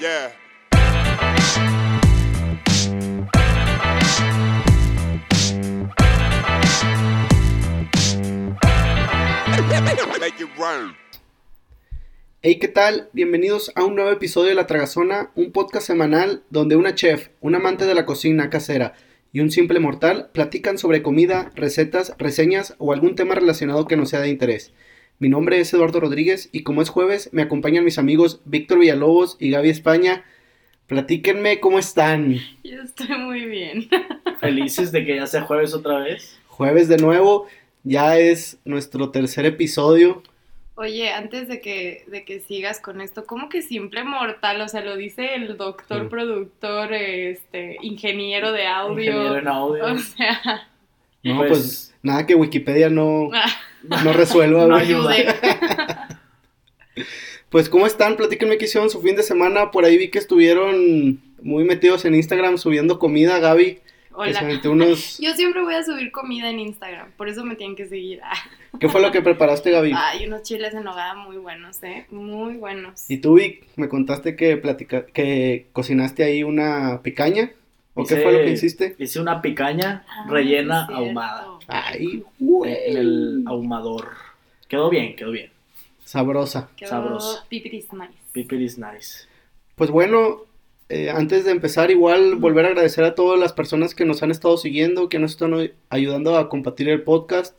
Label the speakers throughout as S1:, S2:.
S1: Yeah. Make it rain.
S2: Hey, ¿qué tal? Bienvenidos a un nuevo episodio de La Tragazona, un podcast semanal donde una chef, un amante de la cocina casera y un simple mortal platican sobre comida, recetas, reseñas o algún tema relacionado que no sea de interés. Mi nombre es Eduardo Rodríguez y como es jueves me acompañan mis amigos Víctor Villalobos y Gaby España. Platíquenme cómo están.
S3: Yo estoy muy bien.
S4: Felices de que ya sea jueves otra vez.
S2: Jueves de nuevo, ya es nuestro tercer episodio.
S3: Oye, antes de que, de que sigas con esto, ¿cómo que simple mortal? O sea, lo dice el doctor,
S2: Mm.
S3: productor, este, ingeniero de audio. Ah.
S4: Ingeniero en audio.
S3: O sea,
S2: No, pues,
S4: Pues-
S2: nada que Wikipedia no, no resuelva.
S3: Ah. no
S2: güey.
S3: ayude.
S2: Pues, ¿cómo están? Platíquenme qué hicieron su fin de semana. Por ahí vi que estuvieron muy metidos en Instagram subiendo comida, Gaby. que se
S3: Hola.
S2: metió unos...
S3: Yo siempre voy a subir comida en Instagram, por eso me tienen que seguir. Ah,
S2: ¿Qué fue lo que preparaste, Gaby?
S3: Hay unos chiles en nogada muy buenos, ¿eh? Muy buenos.
S2: Y tú, Vic, me contaste que, platica... que cocinaste ahí una picaña. ¿O qué
S4: Hice-
S2: fue lo que hiciste?
S4: Hice una picaña
S3: Ah,
S4: rellena
S3: es cierto.
S4: ahumada
S2: Ay, güey.
S4: en el ahumador. Quedó bien, quedó bien.
S2: Sabrosa.
S3: Quedó
S4: Sabroso.
S3: pipiris nice.
S4: Piper is nice.
S2: Pues bueno, eh, antes de empezar, igual volver a agradecer a todas las personas que nos han estado siguiendo, que nos están hoy- ayudando a compartir el podcast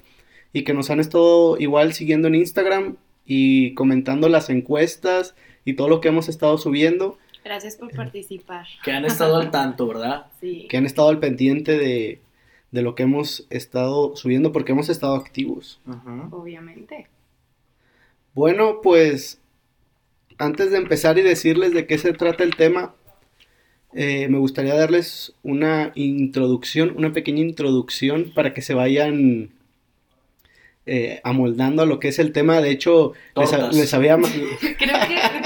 S2: y que nos han estado igual siguiendo en Instagram y comentando las encuestas y todo lo que hemos estado subiendo,
S3: Gracias por participar.
S4: Que han estado al tanto, ¿verdad?
S3: Sí.
S2: que han estado al pendiente de, de lo que hemos estado subiendo porque hemos estado activos.
S4: Ujú.
S3: Obviamente.
S2: Bueno, pues antes de empezar y decirles de qué se trata el tema, eh, me gustaría darles una introducción, una pequeña introducción para que se vayan eh, amoldando a lo que es el tema. De hecho, les, a-
S4: Tortas.
S2: les había... ma-
S3: Creo que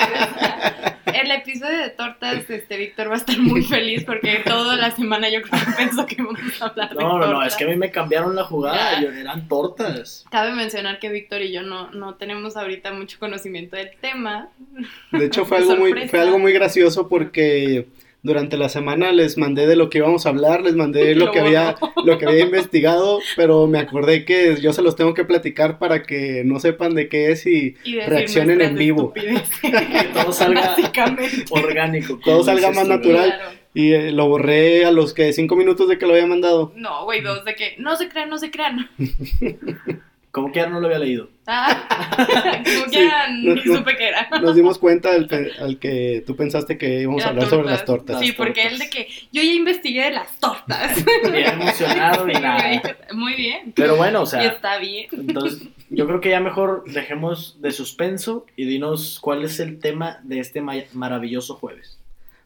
S3: el episodio de tortas, este Víctor va a estar muy feliz porque toda la semana yo creo que pensó que vamos a hablar de
S4: No, no, no,
S3: tortas.
S4: es que a mí me cambiaron la jugada. yo- eran tortas.
S3: Cabe mencionar que Víctor y yo no, no tenemos ahorita mucho conocimiento del tema.
S2: De hecho, fue algo, muy,
S3: Sorpresa.
S2: fue algo muy gracioso porque durante la semana les mandé de lo que íbamos a hablar, les mandé lo
S3: Lo
S2: que había, lo que había investigado, pero me acordé que yo se los tengo que platicar para que no sepan de qué es y...
S3: Y decir
S2: Reaccionen
S3: nuestras
S2: en vivo.
S3: estupideces.
S4: Que todo salga
S3: Básicamente.
S4: orgánico. como
S2: Todo salga
S4: dices
S2: más
S4: tú,
S2: natural.
S3: Claro.
S2: Y eh, lo borré a los que cinco minutos de que lo había mandado.
S3: No, güey, dos de que no se crean, no se crean.
S4: ¿verdad? Como que ya no lo había leído.
S3: Ah, como
S2: Sí,
S3: quieran,
S2: no,
S3: ni
S2: no.
S3: supe que era.
S2: Nos dimos cuenta del pe- al que tú pensaste que íbamos a
S3: Era
S2: hablar sobre las tortas.
S3: Sí,
S4: Las
S3: porque
S4: tortas.
S3: él de que yo ya investigué de las tortas.
S4: Bien emocionado y nada.
S3: Muy bien.
S4: Pero bueno, o sea.
S3: y está bien.
S4: Entonces, yo creo que ya mejor dejemos de suspenso y dinos cuál es el tema de este ma- maravilloso jueves.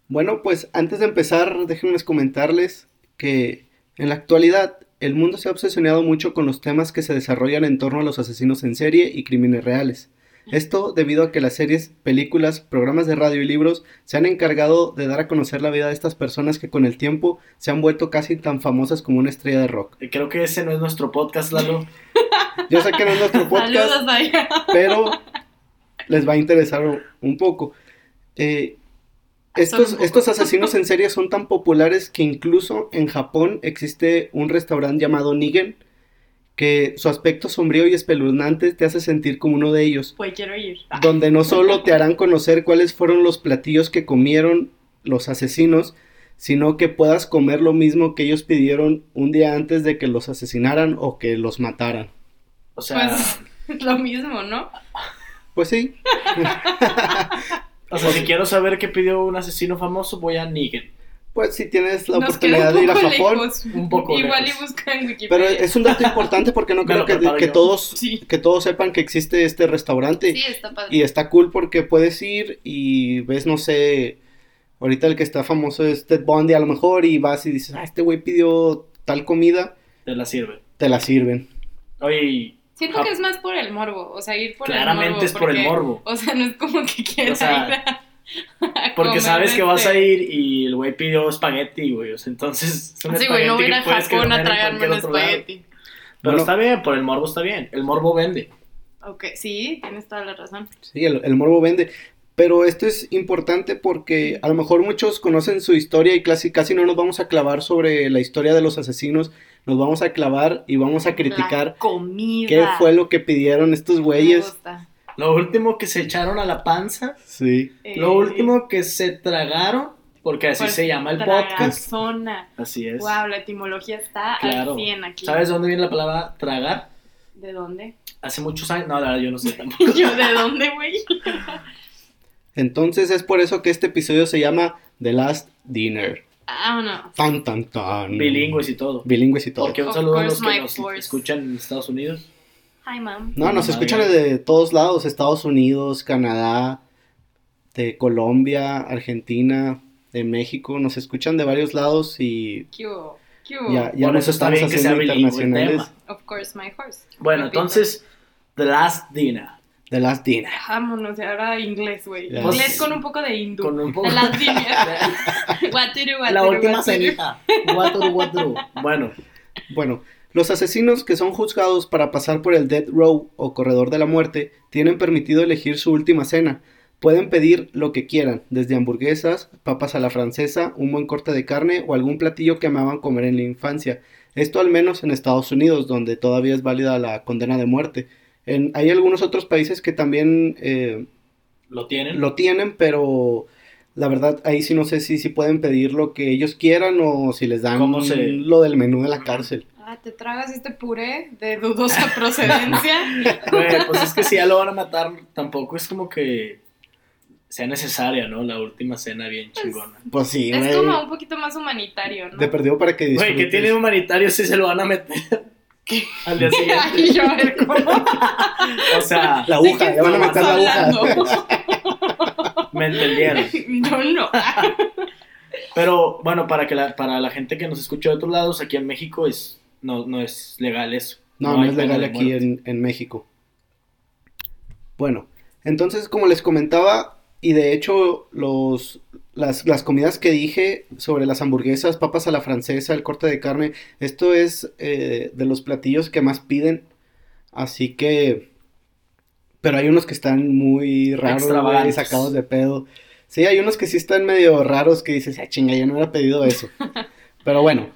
S2: Bueno, pues antes de empezar, déjenme comentarles que en la actualidad el mundo se ha obsesionado mucho con los temas que se desarrollan en torno a los asesinos en serie y crímenes reales. Esto debido a que las series, películas, programas de radio y libros se han encargado de dar a conocer la vida de estas personas que con el tiempo se han vuelto casi tan famosas como una estrella de rock.
S4: Eh, Creo que ese no es nuestro podcast, Lalo.
S2: Yo sé que no es nuestro podcast,
S3: Saludos, Daya.
S2: pero les va a interesar un- un poco. Eh, estos,
S3: Solo Ah, un poco.
S2: estos asesinos en serie son tan populares que incluso en Japón existe un restaurante llamado Nigen, que su aspecto sombrío y espeluznante te hace sentir como uno de ellos,
S3: Pues quiero ir.
S2: donde no solo te harán conocer cuáles fueron los platillos que comieron los asesinos, sino que puedas comer lo mismo que ellos pidieron un día antes de que los asesinaran o que los mataran.
S4: O sea,
S3: Pues lo mismo, ¿no?
S2: Pues sí,
S4: o sea, si quiero saber qué pidió un asesino famoso, voy a Negan.
S2: pues si tienes la
S3: Nos queda
S2: oportunidad de
S3: un
S2: ir a
S3: poco
S2: Japón,
S3: lejos.
S4: un poco
S3: Igual y
S4: lejos.
S3: pues, busca en Wikipedia.
S2: Pero es un dato importante porque no
S4: Me
S2: creo
S4: lo
S2: que,
S4: preparo
S2: que
S4: yo.
S2: todos
S3: Sí.
S2: que todos sepan que existe este restaurante
S3: Sí, está padre.
S2: y está cool porque puedes ir y ves no sé ahorita el que está famoso es Ted Bundy a lo mejor y vas y dices ah este güey pidió tal comida
S4: Te la sirve.
S2: te la sirven
S4: Oye, y
S3: Siento que es más por el morbo, o sea, ir por el morbo.
S4: claramente es por el
S3: porque-
S4: morbo.
S3: O sea, no es como que quieras
S4: O sea,
S3: ir a- a
S4: Porque
S3: comer
S4: sabes que
S3: este-
S4: vas a ir y el güey pidió espagueti, güey. O sea, entonces es un
S3: Sí, güey, no voy a ir a
S4: espagueti que
S3: Japón
S4: puedes comer
S3: a
S4: en
S3: tragarme
S4: cualquier
S3: un
S4: otro lado.
S3: espagueti.
S4: Pero
S2: Bueno.
S4: está bien, por el morbo está bien. El morbo vende.
S3: Ok, sí, tienes toda la razón.
S2: sí el, el morbo vende Pero esto es importante porque a lo mejor muchos conocen su historia y casi, casi no nos vamos a clavar sobre la historia de los asesinos, nos vamos a clavar y vamos a criticar
S3: La comida.
S2: qué fue lo que pidieron estos
S3: Me
S2: güeyes.
S3: gusta.
S4: Lo último que se echaron a la panza,
S2: Sí.
S3: Eh,
S4: lo último que se tragaron, porque así
S3: ¿cuál
S4: se
S3: es?
S4: llama el podcast.
S3: Eh, Tragazona.
S4: Así es.
S3: Wow, la etimología está
S4: Claro.
S3: al 100 aquí.
S4: ¿Sabes dónde viene la palabra tragar?
S3: ¿De dónde?
S4: Hace muchos años. No, la verdad, yo no sé tampoco.
S3: Yo, ¿de dónde, güey?
S2: Entonces es por eso que este episodio se llama The Last Dinner.
S3: Ah, no.
S2: Tan, tan, tan.
S4: Bilingües y todo.
S2: Bilingües y todo.
S4: Porque un
S3: Of
S4: saludo a los
S3: course,
S4: que
S3: my
S4: nos
S3: course.
S4: escuchan en Estados Unidos.
S3: Hi, mom.
S2: No, nos
S4: Madre.
S2: escuchan de todos lados, Estados Unidos, Canadá, de Colombia, Argentina, de México, nos escuchan de varios lados y
S3: ¿Qué hubo? ¿Qué hubo?
S2: ya, ya
S4: Por
S2: nos
S4: eso está
S2: estamos
S4: bien que sea
S2: haciendo
S4: bilingüe el
S2: internacionales.
S4: tema.
S3: Of course, my horse.
S4: Bueno,
S3: Repito.
S4: entonces, The Last Dinner.
S2: De las Dina.
S3: Vámonos, y ahora inglés, güey.
S2: Ya.
S3: Inglés
S4: Pues-
S3: con un poco de hindú.
S4: Con un poco.
S3: De las líneas. What to do, what
S4: la
S3: to do,
S4: última
S3: what to do.
S4: cenita. Guaturu, guaturu. Bueno,
S2: Bueno, los asesinos que son juzgados para pasar por el Death Row o Corredor de la Muerte tienen permitido elegir su última cena. Pueden pedir lo que quieran, desde hamburguesas, papas a la francesa, un buen corte de carne o algún platillo que amaban comer en la infancia. Esto al menos en Estados Unidos, donde todavía es válida la condena de muerte. En- hay algunos otros países que también eh,
S4: lo tienen.
S2: lo tienen, pero la verdad ahí sí no sé si, si pueden pedir lo que ellos quieran o si les dan
S4: ¿Cómo se-
S2: lo del menú de la cárcel.
S3: Ah, te tragas este puré de dudosa procedencia.
S4: Güey, pues es que si ya lo van a matar, tampoco es como que sea necesaria, ¿no? La última cena bien chingona.
S2: Pues sí,
S3: es
S2: güey.
S3: como un poquito más humanitario, ¿no?
S2: De perdido para que disfrutes.
S4: Güey, que tiene humanitario si se lo van a meter al día siguiente.
S3: Ay, yo a ver cómo.
S4: O sea,
S2: La
S3: ¿De qué
S2: aguja, le van a meter
S3: estamos
S2: la aguja.
S3: hablando?
S4: me entendieron.
S3: Yo no.
S4: Pero bueno, para que la, para la gente que nos escucha de otros lados, aquí en México es no, no es legal eso.
S2: No, no
S4: hay
S2: es legal
S4: pena de
S2: aquí
S4: muerte.
S2: en, en México. Bueno, entonces como les comentaba, y de hecho los, las, las comidas que dije sobre las hamburguesas, papas a la francesa, el corte de carne, esto es eh, de los platillos que más piden. Así que... Pero hay unos que están muy raros, güey,
S4: Extravagantes.
S2: sacados de pedo. Sí, hay unos que sí están medio raros que dices, ah, chinga, yo no hubiera pedido eso. Pero bueno,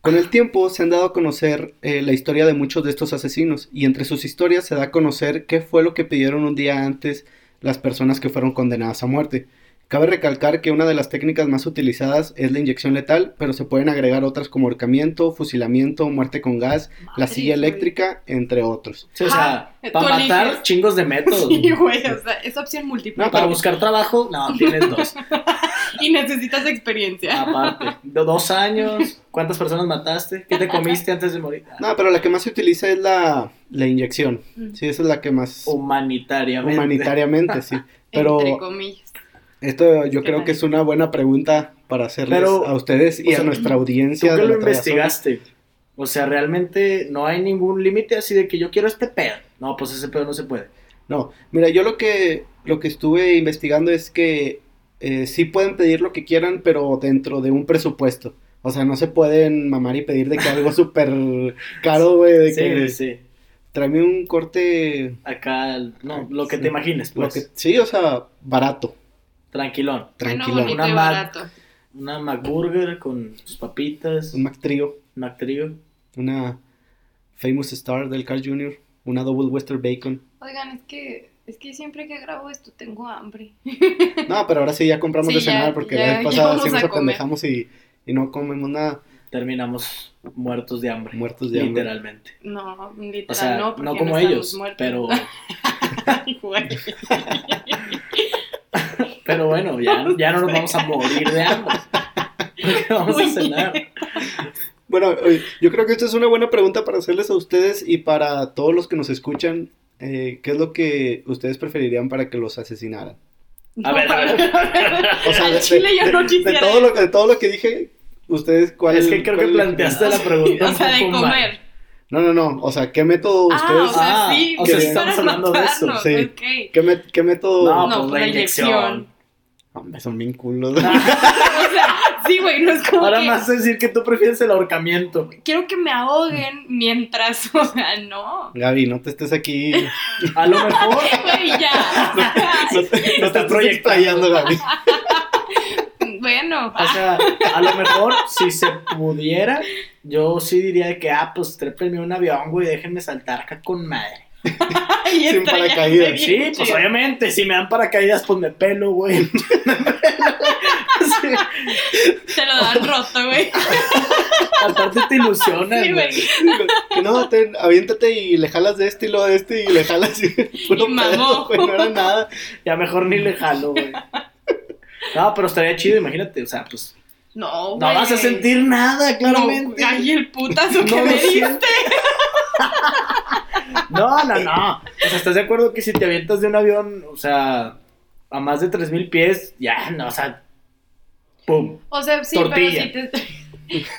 S2: con el tiempo se han dado a conocer eh, la historia de muchos de estos asesinos y entre sus historias se da a conocer qué fue lo que pidieron un día antes las personas que fueron condenadas a muerte. Cabe recalcar que una de las técnicas más utilizadas es la inyección letal, pero se pueden agregar otras como ahorcamiento, fusilamiento, muerte con gas, la silla
S3: Madres,
S2: eléctrica, entre otros.
S4: Sí, o sea,
S3: Ajá, tú
S4: para matar
S3: eliges.
S4: chingos de métodos.
S3: güey. Sí, güey, o sea, es opción múltiple.
S4: No, para buscar trabajo, no, tienes dos.
S3: Y necesitas
S2: Ah,
S3: experiencia.
S4: Aparte, de dos años, ¿cuántas personas mataste? ¿Qué te comiste antes de morir?
S2: No, pero la que más se utiliza es la, la inyección.
S3: Mm.
S2: Sí, esa es la que más
S4: Humanitariamente.
S2: humanitariamente, sí. Pero
S3: Entre comillas. Ah,
S2: Esto yo creo
S3: tal?
S2: que es una buena pregunta para hacerles
S4: Pero,
S2: a ustedes y
S4: o sea,
S2: a nuestra
S4: ¿Tú
S2: audiencia.
S4: qué
S2: de
S4: lo
S2: la Traga
S4: investigaste? O sea, realmente no hay ningún límite así de que yo quiero este pedo. No, pues ese pedo no se puede.
S2: Zona. No, mira, yo lo que, lo que estuve investigando es que eh, sí pueden pedir lo que quieran, pero dentro de un presupuesto. O sea, no se pueden mamar y pedir de que algo súper caro, güey, de que
S4: Sí, sí.
S2: tráeme un corte...
S4: Acá, el- no, lo que
S2: Ah, Sí.
S4: te imagines,
S2: lo
S4: pues.
S2: que- sí, o sea, barato,
S4: Tranquilón.
S3: Bueno,
S2: tranquilo.
S3: bonito
S4: Una
S3: y
S4: Mac.
S3: barato.
S4: Una McBurger con sus papitas,
S2: un Mac Trio,
S4: McTrio.
S2: una Famous Star del Carl Jr., una Double Western Bacon.
S3: Oigan, es que, es que siempre que grabo esto tengo hambre.
S2: No, pero ahora sí ya compramos
S3: Sí,
S2: de cenar
S3: ya-
S2: porque
S3: ya-
S2: la vez
S3: ya
S2: pasada
S3: vamos
S2: sí
S3: a
S2: nos
S3: comer.
S2: apendejamos y, y no comemos nada
S4: Terminamos muertos de hambre.
S2: muertos de hambre.
S4: Literalmente.
S3: No, literal,
S4: O sea,
S3: Ah, no,
S4: no,
S3: porque
S4: como
S3: estamos
S4: ellos,
S3: muertos.
S4: pero,
S3: Ay, güey.
S4: pero bueno, ya, ya no nos vamos a morir de hambre. Porque vamos a
S3: Oye.
S4: cenar.
S2: Bueno, eh, yo creo que esta es una buena pregunta para hacerles a ustedes y para todos los que nos escuchan. eh, ¿Qué es lo que ustedes preferirían para que los asesinaran?
S4: A ver, a ver.
S2: O sea,
S3: Al
S2: de,
S3: chile yo
S2: de-
S3: no
S2: de
S3: quisiera
S2: todo lo, de todo lo que dije, ustedes cuál
S4: es que creo que
S2: cuál elegirían?
S4: planteaste la pregunta.
S3: O sea, de
S4: un poco mal.
S3: comer.
S2: No, no, no. O sea, ¿qué método
S3: Ah, o
S2: ustedes?
S3: sea, sí.
S4: Ah, o sea,
S3: sí,
S4: estamos
S3: para
S4: hablando de eso,
S3: matarnos,
S2: sí.
S3: ok.
S2: ¿Qué, me- qué método?
S4: No,
S3: No,
S4: pues la
S3: la
S4: inyección.
S3: inyección.
S2: Hombre, son bien culos.
S3: O sea, Sí, güey, no es como
S4: Ahora
S3: que
S4: más eh. decir que tú prefieres el ahorcamiento.
S3: quiero que me ahoguen mientras, o sea, no.
S2: Gaby, no te estés aquí.
S4: A lo mejor.
S3: Güey, ya.
S2: No te, no te
S4: Estás
S2: estés explayando, Gaby.
S3: Bueno,
S4: O sea, a lo mejor si se pudiera, yo sí diría que, ah, pues trépenme un avión, güey, déjenme saltar acá con madre.
S3: ay,
S2: sin
S3: estrellarme
S2: paracaídas.
S3: bien
S4: Sí, pues
S3: chido.
S4: obviamente, si me dan paracaídas, pues me pelo, güey. Sí,
S3: Te lo dan roto, güey.
S4: aparte te ilusionas,
S3: Sí,
S4: güey.
S3: güey.
S2: Que no, te, aviéntate y le jalas de este y lo de este y le jalas. Y, puro
S3: Y mamó.
S2: pedo, güey, no era nada.
S4: Ya mejor ni le jalo, güey. No, pero estaría chido, imagínate, o sea, pues
S3: No,
S4: no
S3: güey.
S4: vas a sentir nada,
S3: No,
S4: claramente.
S3: ay, el putazo que
S4: No
S3: me
S4: lo
S3: diste.
S4: No, no, no. O sea, ¿estás de acuerdo que si te avientas de un avión, o sea, a más de 3000 pies, ya, no, o sea, pum.
S3: O sea, sí,
S4: Tortilla.
S3: pero si te...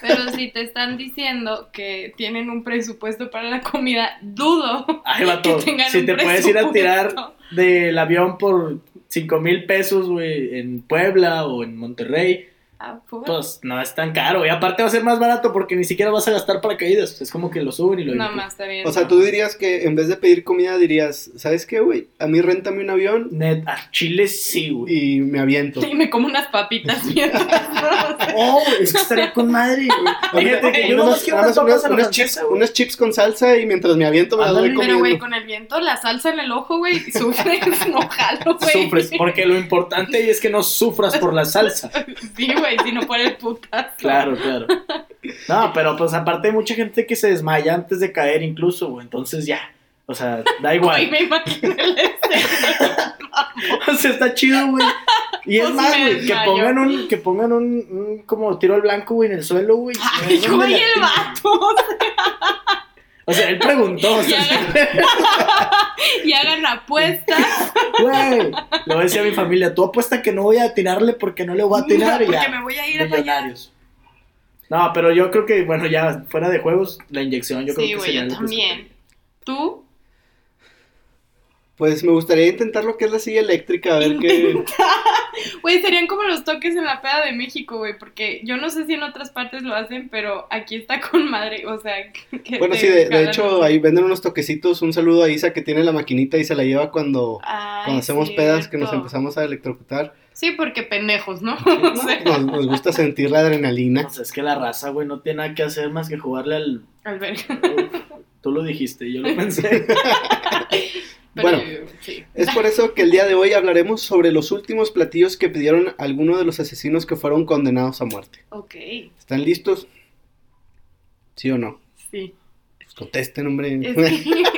S3: Pero si te están diciendo que tienen un presupuesto para la comida, dudo
S4: Ahí va
S3: que
S4: todo.
S3: tengan
S4: Si
S3: un
S4: te puedes ir a tirar
S3: presupuesto.
S4: del avión por 5000 pesos, güey, en Puebla o en Monterrey,
S3: Ah, pues,
S4: pues no es tan caro. Y aparte va a ser más barato porque ni siquiera vas a gastar paracaídas. Es como que lo suben y lo
S3: nada
S4: limpian.
S3: más, está bien.
S2: O sea, tú dirías que en vez de pedir comida, dirías, ¿sabes qué, güey? A mí réntame un avión
S4: Net, a Chile sí, güey.
S2: y me aviento.
S3: Y me como unas papitas mientras. ¿no? O sea,
S4: Oh, güey, es que estaría con madre, güey. Fíjate que yo
S2: Nada
S4: no
S2: más-
S4: quiero
S2: nada más unas,
S4: unas papas a la
S2: unas
S4: francesa,
S2: chips,
S4: güey.
S2: unas chips con salsa y mientras me aviento me las
S4: Ándale.
S2: doy
S3: Pero,
S2: comiendo.
S3: güey, con el viento, la salsa en el ojo, güey, sufres, no jalo, güey.
S4: Sufres, porque lo importante es que no sufras por la salsa.
S3: Sí, güey, sino por el putazo.
S4: Claro, claro. No, pero pues aparte hay mucha gente que se desmaya antes de caer incluso, güey. Entonces ya, o sea, da
S3: Güey,
S4: igual.
S3: me imagino el escenario.
S4: O sea, está chido, güey. Y es
S3: Pues
S4: más,
S3: me
S4: güey, que
S3: desmayo.
S4: pongan un, que pongan un, un como tiro al blanco, güey, en el suelo, güey.
S3: Ay, güey, el vato.
S4: O sea, él preguntó, o sea,
S3: Y Y hagan apuestas.
S4: güey. Lo decía a mi familia, tú apuesta que no voy a atinarle porque no le voy a atinar y
S3: porque
S4: ya.
S3: me voy a ir hasta allá.
S4: Millonarios. No, pero yo creo que, bueno, ya fuera de juegos, la inyección, yo creo
S3: Sí,
S4: que
S3: güey,
S4: sería
S3: yo
S4: lo que
S3: también. ¿Tú?
S2: Pues me gustaría intentar lo que es la silla eléctrica, a ver qué.
S3: Güey, serían como los toques en la peda de México, güey, porque yo no sé si en otras partes lo hacen, pero aquí está con madre, o sea... que
S2: Bueno,
S3: te
S2: sí, de, de
S3: jalan
S2: hecho
S3: los-
S2: ahí venden unos toquecitos. Un saludo a Isa que tiene la maquinita y se la lleva cuando,
S3: Ay,
S2: cuando hacemos pedas que nos
S3: cierto.
S2: empezamos a electrocutar.
S3: Sí, porque pendejos, ¿no? O sea,
S2: Nos, nos gusta sentir la adrenalina.
S4: O sea, pues es que la raza, güey, no tiene nada que hacer más que jugarle al.
S3: al ver.
S4: Tú lo dijiste, yo lo pensé.
S3: Pero,
S2: Bueno.
S3: sí.
S2: Es por eso que el día de hoy hablaremos sobre los últimos platillos que pidieron algunos de los asesinos que fueron condenados a muerte.
S3: Ok,
S2: ¿Están listos? ¿Sí o no?
S3: sí.
S2: Pues contesten, hombre.
S3: Es que,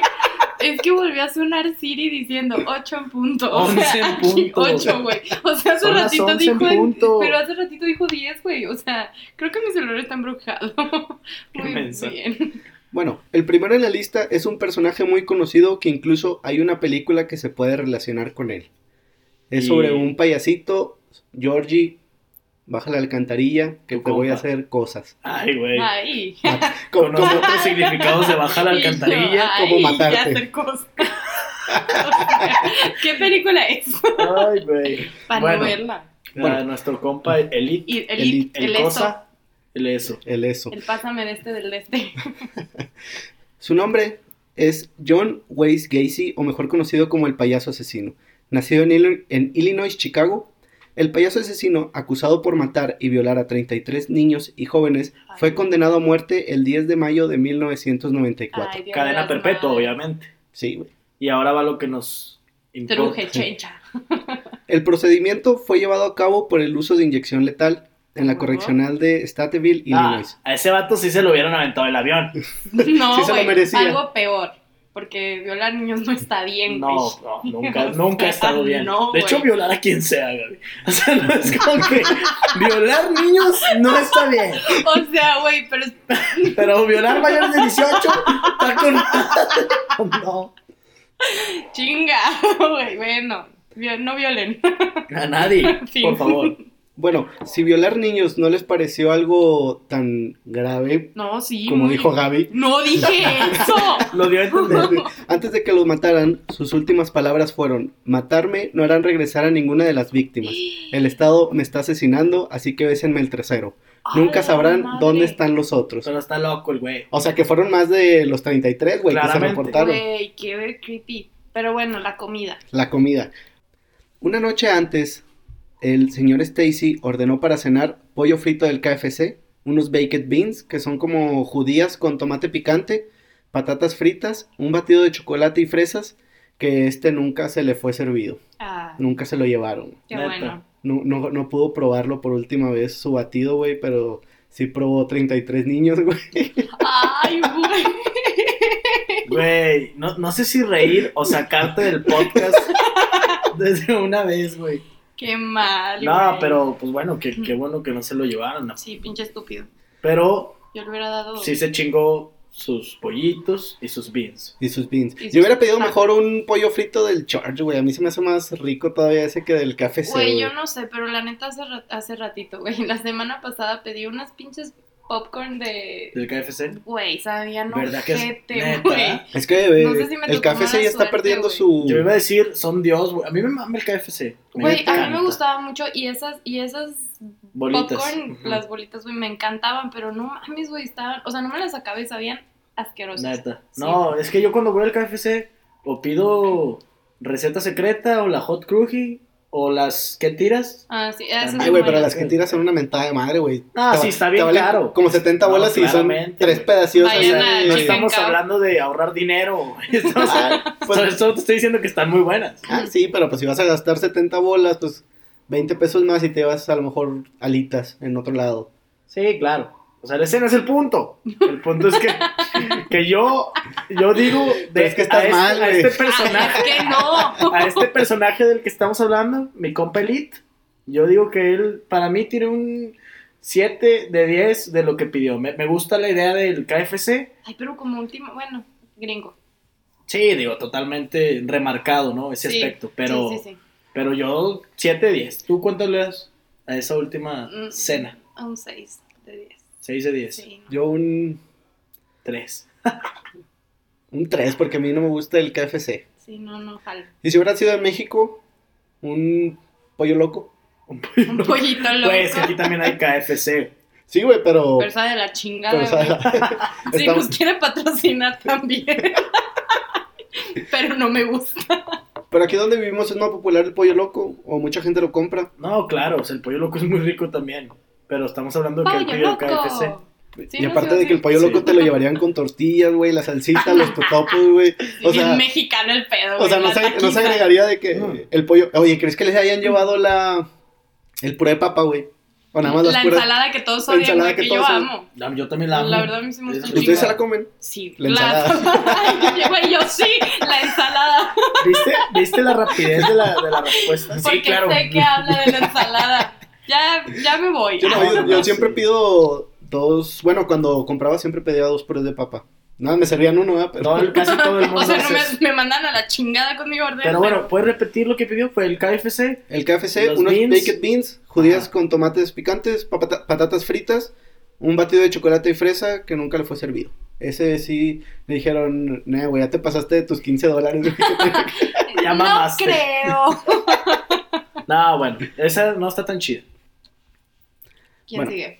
S3: es que volvió a sonar Siri diciendo 8 en punto. O
S4: Once en
S3: sea, aquí
S4: punto.
S3: 8, güey. O sea, hace
S4: Son las
S3: ratito
S4: once en
S3: dijo. en-
S4: punto.
S3: pero hace ratito dijo 10, güey. O sea, creo que mi celular está embrujado.
S4: Qué
S3: Muy
S4: mensa.
S3: bien.
S2: Bueno, el primero en la lista es un personaje muy conocido que incluso hay una película que se puede relacionar con él. Es
S4: Y-
S2: sobre un payasito, Georgie, baja la alcantarilla, que
S4: Tu
S2: te voy a
S4: compa.
S2: hacer cosas.
S4: Ay, güey.
S3: Ay.
S4: Con
S2: Como, como-
S4: otros significados de bajar la
S3: Ah. Y yo,
S4: alcantarilla.
S3: ay,
S2: como
S3: ya
S2: matarte.
S3: hacer cosas. O sea, ¿Qué película es?
S4: Ay, güey.
S3: Para
S4: Bueno.
S3: no verla.
S2: Bueno.
S4: Ah, Nuestro compa, el,
S3: Y el,
S2: El-
S3: el,
S4: el
S3: eso,
S4: cosa, el eso.
S2: el eso.
S3: el pásame de este del este.
S2: Su nombre es John Wayne Gacy, o mejor conocido como el payaso asesino. Nacido en, Illi- en Illinois, Chicago, el payaso asesino, acusado por matar y violar a 33 niños y jóvenes, fue
S3: Ay.
S2: condenado a muerte el 10 de mayo de 1994.
S3: Ay, Dios
S4: Cadena
S3: las
S4: perpetua,
S3: madres.
S4: obviamente.
S2: Sí, güey.
S4: Y ahora va lo que nos importa.
S3: Truje, chencha.
S2: El procedimiento fue llevado a cabo por el uso de inyección letal en la
S3: Ujú.
S2: correccional de Stateville,
S4: Ah,
S2: Illinois.
S4: a ese vato sí se lo hubieran aventado el avión.
S3: No,
S2: Sí se lo
S3: güey,
S2: merecía.
S3: algo peor. Porque violar niños no está bien, güey.
S4: No, no, nunca, nunca ha estado bien.
S3: No,
S4: de hecho,
S3: güey.
S4: violar a quien sea, Gaby. O sea, no es como que violar niños no está bien.
S3: O sea, güey, pero es-
S4: Pero violar mayores de 18 está con. No,
S3: chinga, güey, bueno. vi- No violen.
S4: a nadie,
S3: Fin.
S4: por favor.
S2: Bueno, si violar niños no les pareció algo tan grave,
S3: No, sí.
S2: como
S3: muy-
S2: dijo Gaby,
S3: No dije eso.
S4: Lo dio a entender.
S2: desde- antes de que los mataran, sus últimas palabras fueron, matarme no harán regresar a ninguna de las víctimas. El Estado me está asesinando, así que bésenme el trasero. Nunca
S3: A la
S2: sabrán
S3: madre.
S2: dónde están los otros.
S4: Pero está loco el güey.
S2: O sea, que fueron más de los 33, güey, que se
S4: Claramente.
S2: reportaron.
S3: Güey, qué creepy. Pero bueno, la comida.
S2: La comida. Una noche antes, el señor Stacy ordenó para cenar pollo frito del KFC, unos baked beans, que son como judías con tomate picante, patatas fritas, un batido de chocolate y fresas, que este nunca se le fue servido,
S3: Ah,
S2: nunca se lo llevaron.
S3: qué
S4: neta.
S3: bueno.
S2: No, no, no pudo probarlo por última vez su batido, güey, pero sí probó 33 niños, güey.
S3: Ay, güey.
S4: Güey, no, no sé si reír o sacarte del podcast desde una vez, güey.
S3: Qué mal.
S4: No,
S3: güey.
S4: pero pues bueno, qué, qué bueno que no se lo llevaron. ¿no?
S3: Sí, pinche estúpido.
S4: Pero
S3: Yo le hubiera dado.
S4: sí se chingó sus pollitos y sus beans.
S2: Y sus beans.
S3: Y sus-
S2: Yo hubiera pedido
S3: Ah.
S2: mejor un pollo frito del Charge, güey. A mí se me hace más rico todavía ese que del KFC,
S3: Güey,
S2: güey.
S3: yo no sé, pero la neta hace, ra- hace ratito, güey. La semana pasada pedí unas pinches popcorn de.
S4: ¿Del KFC?
S3: Güey, sabían
S4: ¿Verdad que es
S3: ojete,
S4: neta?
S3: güey.
S2: Es que güey,
S3: No sé si me
S2: el
S3: tocó
S2: KFC ya
S3: mala
S2: está
S3: suerte,
S2: perdiendo
S3: güey.
S2: su.
S4: Yo iba a decir, son Dios, güey. A mí me mama el KFC. Me
S3: Güey, a mí
S4: encanta.
S3: me gustaba mucho y esas, y esas
S4: Bolitas.
S3: popcorn,
S4: Ujú.
S3: las bolitas, güey, me encantaban, pero no mames, güey, estaban, o sea, no me las acabé, sabían asquerosas.
S4: Neta.
S3: Sí.
S4: No, es que yo cuando voy al KFC o pido receta secreta o la hot cruji o las que tiras.
S3: Ah, sí, esas
S4: Ay,
S2: Ay,
S3: son
S2: güey, pero
S3: buenas.
S2: las que tiras son una mentada de madre, güey.
S4: Ah,
S2: Te va-
S4: sí, está
S2: te
S4: bien
S2: valen
S4: caro.
S2: Como 70
S4: No,
S2: bolas y son
S4: claramente,
S2: tres
S4: güey.
S2: pedacios.
S4: O
S3: Vayan
S4: sea,
S3: a
S4: no
S3: Chicken
S4: estamos
S3: Cow.
S4: hablando de ahorrar dinero. Estamos,
S2: Ah, pues-
S4: solo- solo te estoy diciendo que están muy buenas.
S2: ah, sí, pero pues si vas a gastar 70 bolas, pues 20 pesos más y te vas a lo mejor alitas en otro lado.
S4: Sí, claro. O sea, ese no es el punto. El punto es que, que yo, yo digo de,
S2: Pero es que estás
S4: a, este,
S2: mal,
S4: a
S2: güey.
S4: este personaje,
S3: Ay, es que no.
S4: a este personaje del que estamos hablando, mi compa Elite, yo digo que él para mí tiene un 7 de 10 de lo que pidió. Me, me gusta la idea del KFC.
S3: Ay, pero como último, bueno, gringo.
S4: Sí, digo, totalmente remarcado, ¿no? Ese
S3: Sí,
S4: aspecto. Pero,
S3: Sí, sí, sí.
S4: pero yo 7 de 10. ¿Tú cuánto le das a esa última
S3: Mm.
S4: cena?
S3: A un 6 de 10.
S4: 6 de 10.
S3: Sí, no.
S2: Yo un,
S4: 3.
S2: un 3 porque a mí no me gusta el KFC.
S3: Sí, no, no, jalo.
S2: Y si hubiera sido en México, un pollo loco.
S4: Un
S3: Un pollito loco.
S4: Pues aquí también hay KFC.
S2: Sí, güey, pero.
S3: Pero sabe de pues. la chingada.
S2: pero, o sea,
S3: güey. Si
S2: estamos-
S3: nos quiere patrocinar también. pero no me gusta.
S2: pero aquí donde vivimos es más popular el pollo loco, o mucha gente lo compra.
S4: No, claro, o sea, el pollo loco es muy rico también. Pero estamos hablando de que él
S3: Pollo
S4: pidió
S3: loco.
S4: KFC.
S3: Sí,
S2: y
S3: no,
S2: aparte
S3: sí,
S2: de
S3: sí.
S2: que el pollo
S4: Sí.
S2: loco te lo llevarían con tortillas, güey, la salsita, los totopos, güey.
S3: Sí,
S2: O
S3: bien
S2: sea,
S3: mexicano el pedo.
S2: o sea, no
S3: güey, la
S2: se, no se
S3: taquiza.
S2: agregaría de que
S4: No.
S2: el pollo. Oye, ¿crees que les hayan llevado la el puré de papa, güey? O nada más
S3: La
S2: las puras.
S3: ensalada que todos
S2: la
S3: odian,
S2: ensalada
S3: güey,
S2: que
S3: que, yo
S2: todos odian.
S3: amo.
S4: La- Yo también la amo.
S3: La verdad, a mí sí me gusta un
S4: Ustedes
S2: ¿Ustedes se
S3: chingo.
S2: la comen?
S3: Sí,
S2: La ensalada.
S3: Güey, yo sí, la ensalada.
S4: ¿Viste, ¿Viste la rapidez de la, de la respuesta?
S3: Porque sé que habla de la ensalada. Ya, ya me voy.
S2: Yo, no,
S4: Ah,
S2: yo-
S4: no,
S2: yo
S4: no,
S2: siempre
S4: sí.
S2: pido dos. Bueno, cuando compraba siempre pedía dos purés de papa. Nada, me servían uno, ¿verdad? Pero
S4: Todo el- casi todo el mundo
S3: O sea, no
S4: hace
S3: me,
S4: eso.
S3: me mandan a la chingada con mi orden.
S4: Pero bueno, ¿puedes repetir lo que pidió? Fue el KFC.
S2: el KFC,
S4: Los
S2: unos
S4: beans.
S2: baked beans, judías
S4: Ajá.
S2: con tomates picantes, papata- patatas fritas, un batido de chocolate y fresa que nunca le fue servido. Ese sí me dijeron, nah, güey, ya te pasaste de tus 15 dólares. güey".
S4: Ya
S3: no
S4: mamaste.
S3: creo.
S4: No, bueno, esa no está tan chida.
S3: ¿Quién
S2: Bueno,
S3: sigue?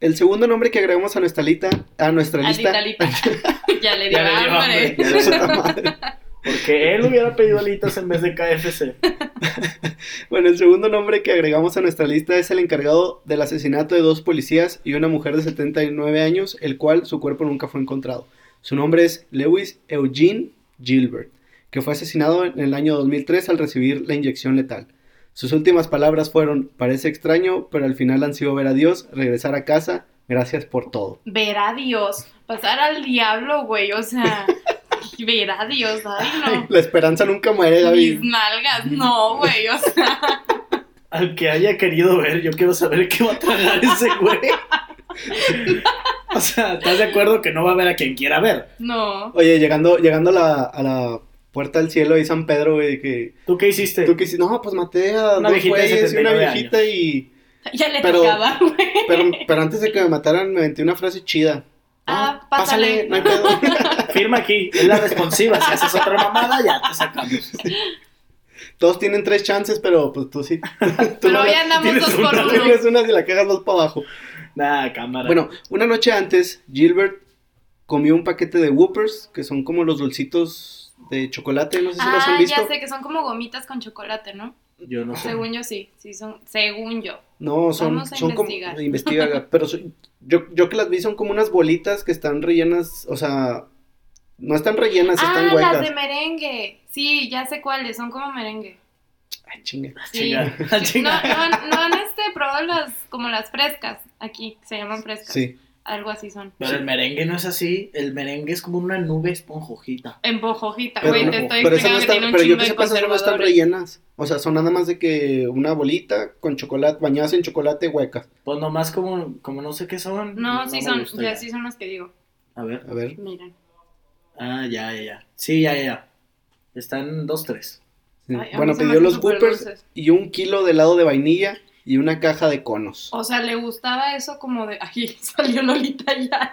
S2: El segundo nombre que agregamos a nuestra lista, a nuestra lista.
S3: Alitalita. ya le dio
S4: Ya le dio
S3: hambre.
S4: hambre.
S2: Puta madre.
S4: Porque él hubiera pedido alitas en vez de KFC.
S2: Bueno, el segundo nombre que agregamos a nuestra lista es el encargado del asesinato de dos policías y una mujer de 79 años, el cual su cuerpo nunca fue encontrado. Su nombre es Lewis Eugene Gilbert, que fue asesinado en el año 2003 al recibir la inyección letal. Sus últimas palabras fueron, parece extraño, pero al final han sido ver a Dios, regresar a casa, gracias por todo.
S3: Ver a Dios. Pasar al diablo, güey. O sea, ver a Dios. Ay,
S2: La esperanza nunca muere,
S3: no. Mis
S2: David.
S3: nalgas. No, güey. O sea,
S4: Al que haya querido ver, yo quiero saber qué va a tragar ese güey. O sea, ¿estás de acuerdo que no va a ver a quien quiera ver?
S3: no.
S2: Oye, llegando, llegando a, la, a la puerta del cielo ahí San Pedro, güey, que...
S4: ¿Tú qué hiciste?
S2: Tú que dices, no, pues maté a
S4: Una
S2: dos
S4: viejita de
S2: güeyes y una
S4: 79
S2: viejita y
S3: Ya le
S2: Pero-
S3: tocaba, güey.
S2: Pero, pero antes de que me mataran, me inventé una frase chida.
S3: Ah, pásale.
S2: no hay pedo.
S4: Firma aquí, es la responsiva. Si haces otra mamada, ya te sacamos.
S2: Todos tienen tres chances, pero pues tú sí. tú
S3: Pero
S2: no
S3: hoy
S2: la-
S3: andamos
S4: tienes
S3: dos
S4: una
S3: por
S2: tú
S3: uno.
S2: tienes una si la cagas vas para abajo.
S4: Nada, cámara.
S2: Bueno, una noche antes, Gilbert comió un paquete de Whoopers, que son como los dulcitos de chocolate, no sé si los
S3: Ah,
S2: han visto.
S3: ya sé que son como gomitas con chocolate, ¿no?
S4: yo no sé.
S3: Según yo sí, sí son, según yo.
S2: No, son,
S3: Vamos a
S2: son como
S3: investigar.
S2: investiga, pero son- yo, yo que las vi son como unas bolitas que están rellenas, o sea, no están rellenas,
S3: ah,
S2: están huecas.
S3: las de merengue. Sí, ya sé cuáles, son como merengue.
S2: Ay, chinga.
S3: Sí.
S4: Chinga,
S3: No,
S4: chinga.
S3: no, han- no han este, probado las, como las frescas, aquí, se llaman frescas,
S2: Sí.
S3: algo así son.
S4: Pero el merengue no es así. El merengue es como una nube esponjojita.
S3: En bojojita,
S2: Pero
S3: güey,
S2: no-
S3: te estoy
S2: Pero, eso no
S3: explicando que
S2: está-
S3: tiene un
S2: pero yo
S3: chingo
S2: que
S3: de
S2: sepa, esas no están
S3: conservadores.
S2: rellenas. O sea, son nada más de que una bolita con chocolate, bañadas en chocolate huecas.
S4: Pues nomás como, como no sé qué son.
S3: No, sí
S4: me
S3: son,
S4: gusta
S3: ya,
S4: ya.
S3: sí son las que digo.
S4: A ver.
S2: A ver,
S3: Miren.
S4: Ah, ya, ya, ya. Sí, ya, ya, ya. Están dos, tres.
S2: sí.
S3: Ay, a mí
S2: bueno,
S3: se me
S2: pidió
S3: hacen
S2: los
S3: súper
S2: Whoopers
S3: dulces.
S2: y un kilo de helado de vainilla y una caja de conos.
S3: O sea, le gustaba eso como de, ay, salió Lolita ya.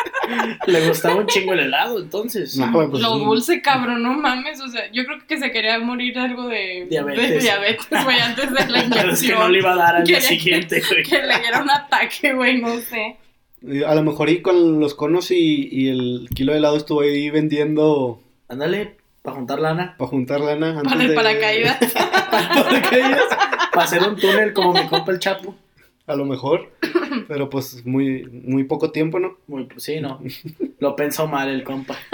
S4: Le gustaba un chingo el helado, entonces.
S2: No, güey, pues,
S3: Lo
S2: sí.
S3: dulce, cabrón, no mames. O sea, yo creo que se quería morir de algo de
S4: Diabetes.
S3: de diabetes, güey, antes de la
S4: Pero es que no
S3: inyección.
S4: le iba a dar al día
S3: Quería que-
S4: siguiente, güey.
S3: que le diera un ataque, güey, no sé.
S2: Eh, A lo mejor y con los conos y, y el kilo de helado estuvo ahí vendiendo
S4: Ándale, para juntar lana.
S2: para juntar lana antes
S3: Para el
S2: de-
S3: paracaídas.
S4: Para hacer un túnel como mi compa el Chapo.
S2: A lo mejor, pero pues muy, muy poco tiempo, ¿no?
S4: Muy, pues, sí, no. Lo pensó mal el compa.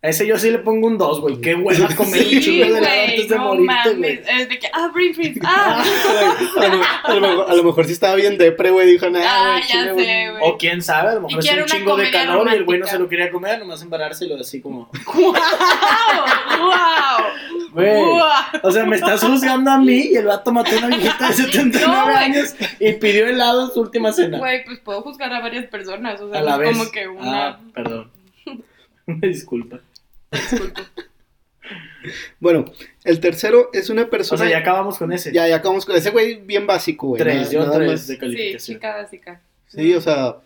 S4: A ese yo sí le pongo un 2, güey. Qué hueva comer un
S3: Sí,
S4: chingo de helado
S3: güey,
S4: antes de
S3: no
S4: morirte, güey.
S3: mames. Es de que, ah, brain freeze, ah.
S2: a, lo, a lo mejor, a lo mejor sí estaba bien depre, güey. Dijo, nah,
S3: Ah,
S2: güey,
S3: ya
S2: chile,
S3: sé,
S2: güey".
S3: güey.
S4: O quién sabe, a lo mejor es
S3: quiero
S4: un
S3: una
S4: chingo de
S3: comedia
S4: calor y el güey no
S3: romántica.
S4: se lo quería comer, nomás embarárselo así como.
S3: ¡Wow! ¡Wow!
S4: Güey.
S3: ¡Wow!
S4: O sea, me estás juzgando a mí y el vato mató a una viejita de 79
S3: No, güey.
S4: años y pidió helado en su última cena.
S3: Güey, pues puedo juzgar a varias personas, o sea,
S4: a la
S3: no es
S4: vez.
S3: como que una
S4: Ah, perdón. Una disculpa.
S3: disculpa.
S2: Bueno, el tercero es una
S4: O
S2: persona.
S4: sea, ya acabamos con ese.
S2: ya, ya acabamos con ese güey bien básico, güey.
S4: tres,
S2: nada-
S4: yo
S2: nada
S4: tres
S2: más.
S4: de
S3: Sí,
S4: calificación.
S3: chica básica.
S2: Sí, o sea,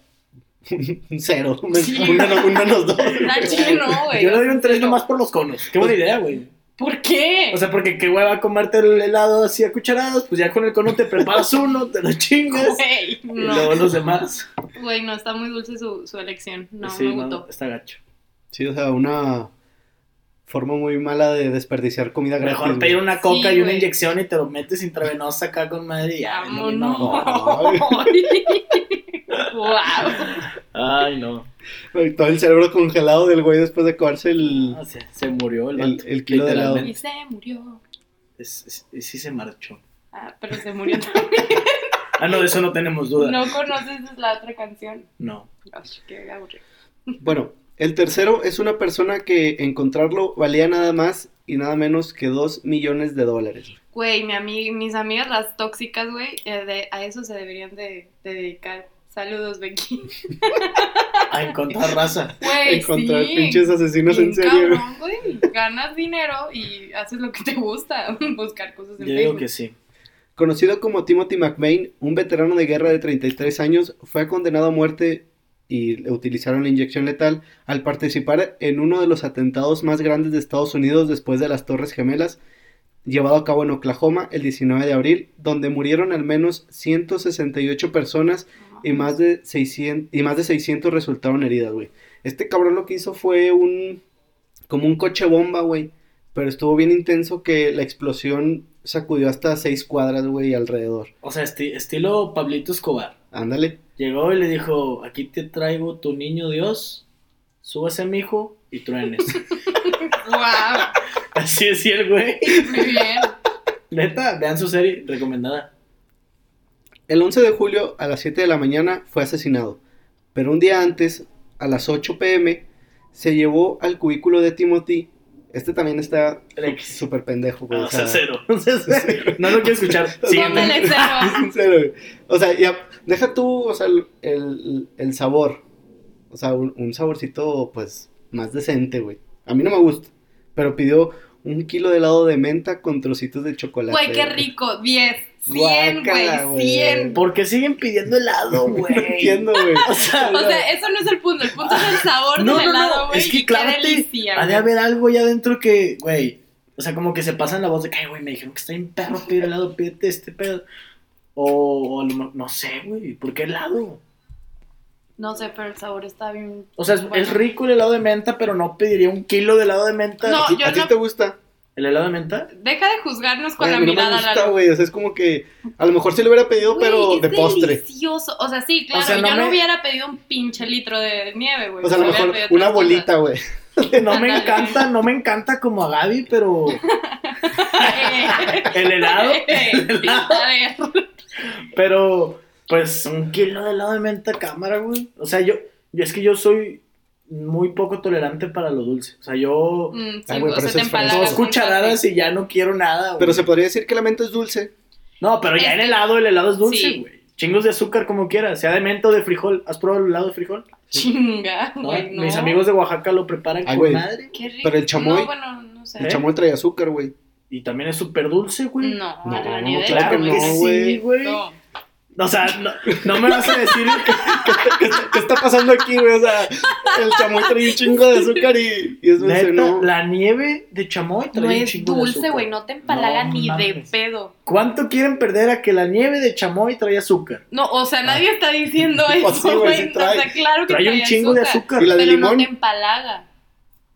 S2: un cero, un, men-
S3: Sí.
S2: un menos, un menos dos.
S3: La chile no, güey.
S4: yo le
S3: o
S4: doy
S3: sea,
S4: un 3
S3: cero.
S4: nomás por los conos. Qué buena idea, güey.
S3: ¿Por qué?
S4: O sea, porque qué hueva comerte el helado así a cucharadas, pues ya con el cono te preparas uno, te lo chingas.
S3: Güey,
S4: Y
S3: no.
S4: luego los demás.
S3: Güey, no, está muy dulce su, su elección. No,
S4: sí,
S3: me gustó.
S4: no, está gacho.
S2: Sí, o sea, una forma muy mala de desperdiciar comida gratis.
S4: Mejor
S2: güey.
S4: pedir una coca
S3: Sí,
S4: y una
S3: güey.
S4: inyección y te lo metes intravenosa acá con madre y ya. no,
S3: Vámonos.
S2: no,
S3: wow.
S4: Ay, no.
S2: Güey, Todo el cerebro congelado del güey después de comerse el.
S4: No, se, se murió el,
S2: El-
S4: vato,
S2: el kilo de helado.
S3: Y
S4: literalmente.
S3: se murió.
S4: Es- es- y sí se marchó.
S3: Ah, pero se murió también.
S4: Ah, no, de eso no tenemos duda. No.
S3: No conoces la otra canción. Ay, qué aburrido.
S2: Bueno, el tercero es una persona que encontrarlo valía nada más y nada menos que dos millones de dólares.
S3: Güey, mi ami- mis amigas las tóxicas, güey, eh, de- a eso se deberían de, de dedicar. Saludos, Becky.
S4: A encontrar Ah, raza.
S3: Güey,
S2: Encontrar
S3: sí.
S2: pinches asesinos
S3: Bien
S2: en serie, güey.
S3: cabrón, güey. Ganas dinero y haces lo que te gusta, buscar cosas
S4: Yo
S3: en
S4: digo
S3: Facebook.
S4: que sí.
S2: Conocido como Timothy McVeigh, un veterano de guerra de 33 años, fue condenado a muerte y le utilizaron la inyección letal al participar en uno de los atentados más grandes de Estados Unidos después de las Torres Gemelas, llevado a cabo en Oklahoma el 19 de abril, donde murieron al menos 168 personas y más de 600, y más de 600 resultaron heridas, güey. Este cabrón lo que hizo fue un... como un coche bomba, güey. Pero estuvo bien intenso que la explosión sacudió hasta seis cuadras, güey, alrededor.
S4: O sea, esti- estilo Pablito Escobar.
S2: Ándale.
S4: Llegó y le dijo, aquí te traigo tu niño Dios, súbase mijo y truenes.
S3: ¡Wow!
S4: Así es el güey.
S3: Muy bien.
S4: Neta, vean su serie recomendada.
S2: El 11 de julio a las 7 de la mañana fue asesinado. Pero un día antes, a las 8 pm, se llevó al cubículo de Timothy. Este también está
S4: El X.
S2: súper pendejo, güey.
S4: Ah,
S2: o
S4: o sea,
S2: sea,
S4: cero. O sea, cero. No lo quiero escuchar. Siguiente.
S3: Póngale cero.
S2: sincero, güey. O sea, ya, deja tú, o sea, el, el- el sabor. O sea, un, un saborcito, pues, más decente, güey. A mí no me gusta. Pero pidió un kilo de helado de menta con trocitos de chocolate.
S3: Güey, qué
S2: güey.
S3: rico. 10. 100,
S2: Guácala,
S3: güey, 100.
S4: ¿Por qué siguen pidiendo helado, güey?
S2: No entiendo, güey.
S4: O sea,
S3: O sea, eso no es el punto. El punto es el sabor
S4: No,
S3: del
S4: no, no,
S3: helado, güey.
S4: es que
S3: y qué
S4: clávate,
S3: delicia,
S4: ha de
S3: güey.
S4: haber algo allá adentro que, güey. O sea, como que se pasa en la voz de que, "Ay, güey, me dijeron que está bien perro pedir helado, pídete este pedo. O, o a lo mejor- no sé, güey, ¿por qué helado?
S3: No sé, pero el sabor está bien.
S4: O sea, es,
S3: bueno.
S4: es rico el helado de menta, pero no pediría un kilo de helado de menta.
S3: No,
S2: ¿A ti-
S3: yo
S2: ¿A ti
S3: no-
S2: te gusta?
S4: ¿El helado de menta?
S3: Deja de juzgarnos con
S2: Güey, a
S3: la
S2: mí no
S3: mirada,
S2: me gusta,
S3: Lalo.
S2: güey. O sea, es como que a lo mejor sí lo hubiera pedido,
S3: Güey,
S2: pero
S3: es
S2: de postre.
S3: delicioso. O sea, sí, claro.
S4: sea, no
S3: yo no
S4: me-
S3: hubiera pedido un pinche litro de nieve, güey.
S2: O sea, a lo
S3: hubiera
S2: mejor
S3: pedido otras
S2: una
S3: cosas.
S2: bolita, güey.
S4: No me
S3: Ándale.
S4: encanta, no me encanta como a Gaby, pero el helado, el helado.
S3: A ver.
S4: Pero, pues, un kilo de helado de menta cámara, güey. O sea, yo, yo es que yo soy muy poco tolerante para lo dulce. O sea, yo
S3: Mm, sí,
S2: Ah, güey,
S3: o
S2: pero
S3: sea,
S2: eso
S3: te
S2: es
S3: empalagas
S2: fresco.
S4: dos
S3: un
S4: cucharadas
S3: café.
S4: y ya no quiero nada, güey.
S2: Pero se podría decir que la menta es dulce.
S4: No, pero ya el
S3: Este-
S4: helado, el helado es dulce,
S3: Sí.
S4: güey. Chingos de azúcar como quieras, sea de menta o de frijol. ¿Has probado el helado de frijol?
S3: Chinga,
S4: No,
S3: güey. No.
S4: Mis amigos de Oaxaca lo preparan
S2: Ay,
S4: con
S2: güey.
S4: madre.
S3: Qué rico.
S2: Pero el chamoy-
S3: No, bueno, no sé.
S2: El
S4: ¿Eh?
S2: chamoy trae azúcar, güey.
S4: Y también es súper dulce, güey.
S3: No,
S2: No,
S3: la nieve.
S2: claro que
S3: güey,
S2: no,
S3: es
S2: güey.
S4: sí, güey.
S3: rico.
S4: O sea, no, no me vas a decir que...
S2: ¿Qué está, qué está pasando aquí, güey? O sea, el chamoy trae un chingo de azúcar y, y es dulce,
S4: Neta,
S2: ¿no?
S4: la nieve de chamoy trae
S3: No
S4: un
S3: es
S4: chingo de
S3: dulce,
S4: azúcar.
S3: güey. No te empalaga
S4: No
S3: ni de
S4: mames.
S3: pedo.
S4: ¿Cuánto quieren perder a que la nieve de chamoy trae azúcar?
S3: No, o sea, nadie está diciendo
S2: Pues sí,
S3: eso,
S2: güey,
S3: güey.
S2: sí
S3: o sea,
S2: trae.
S3: claro que
S4: Trae un chingo de azúcar.
S2: Y la de
S3: pero no
S2: limón.
S3: te empalaga.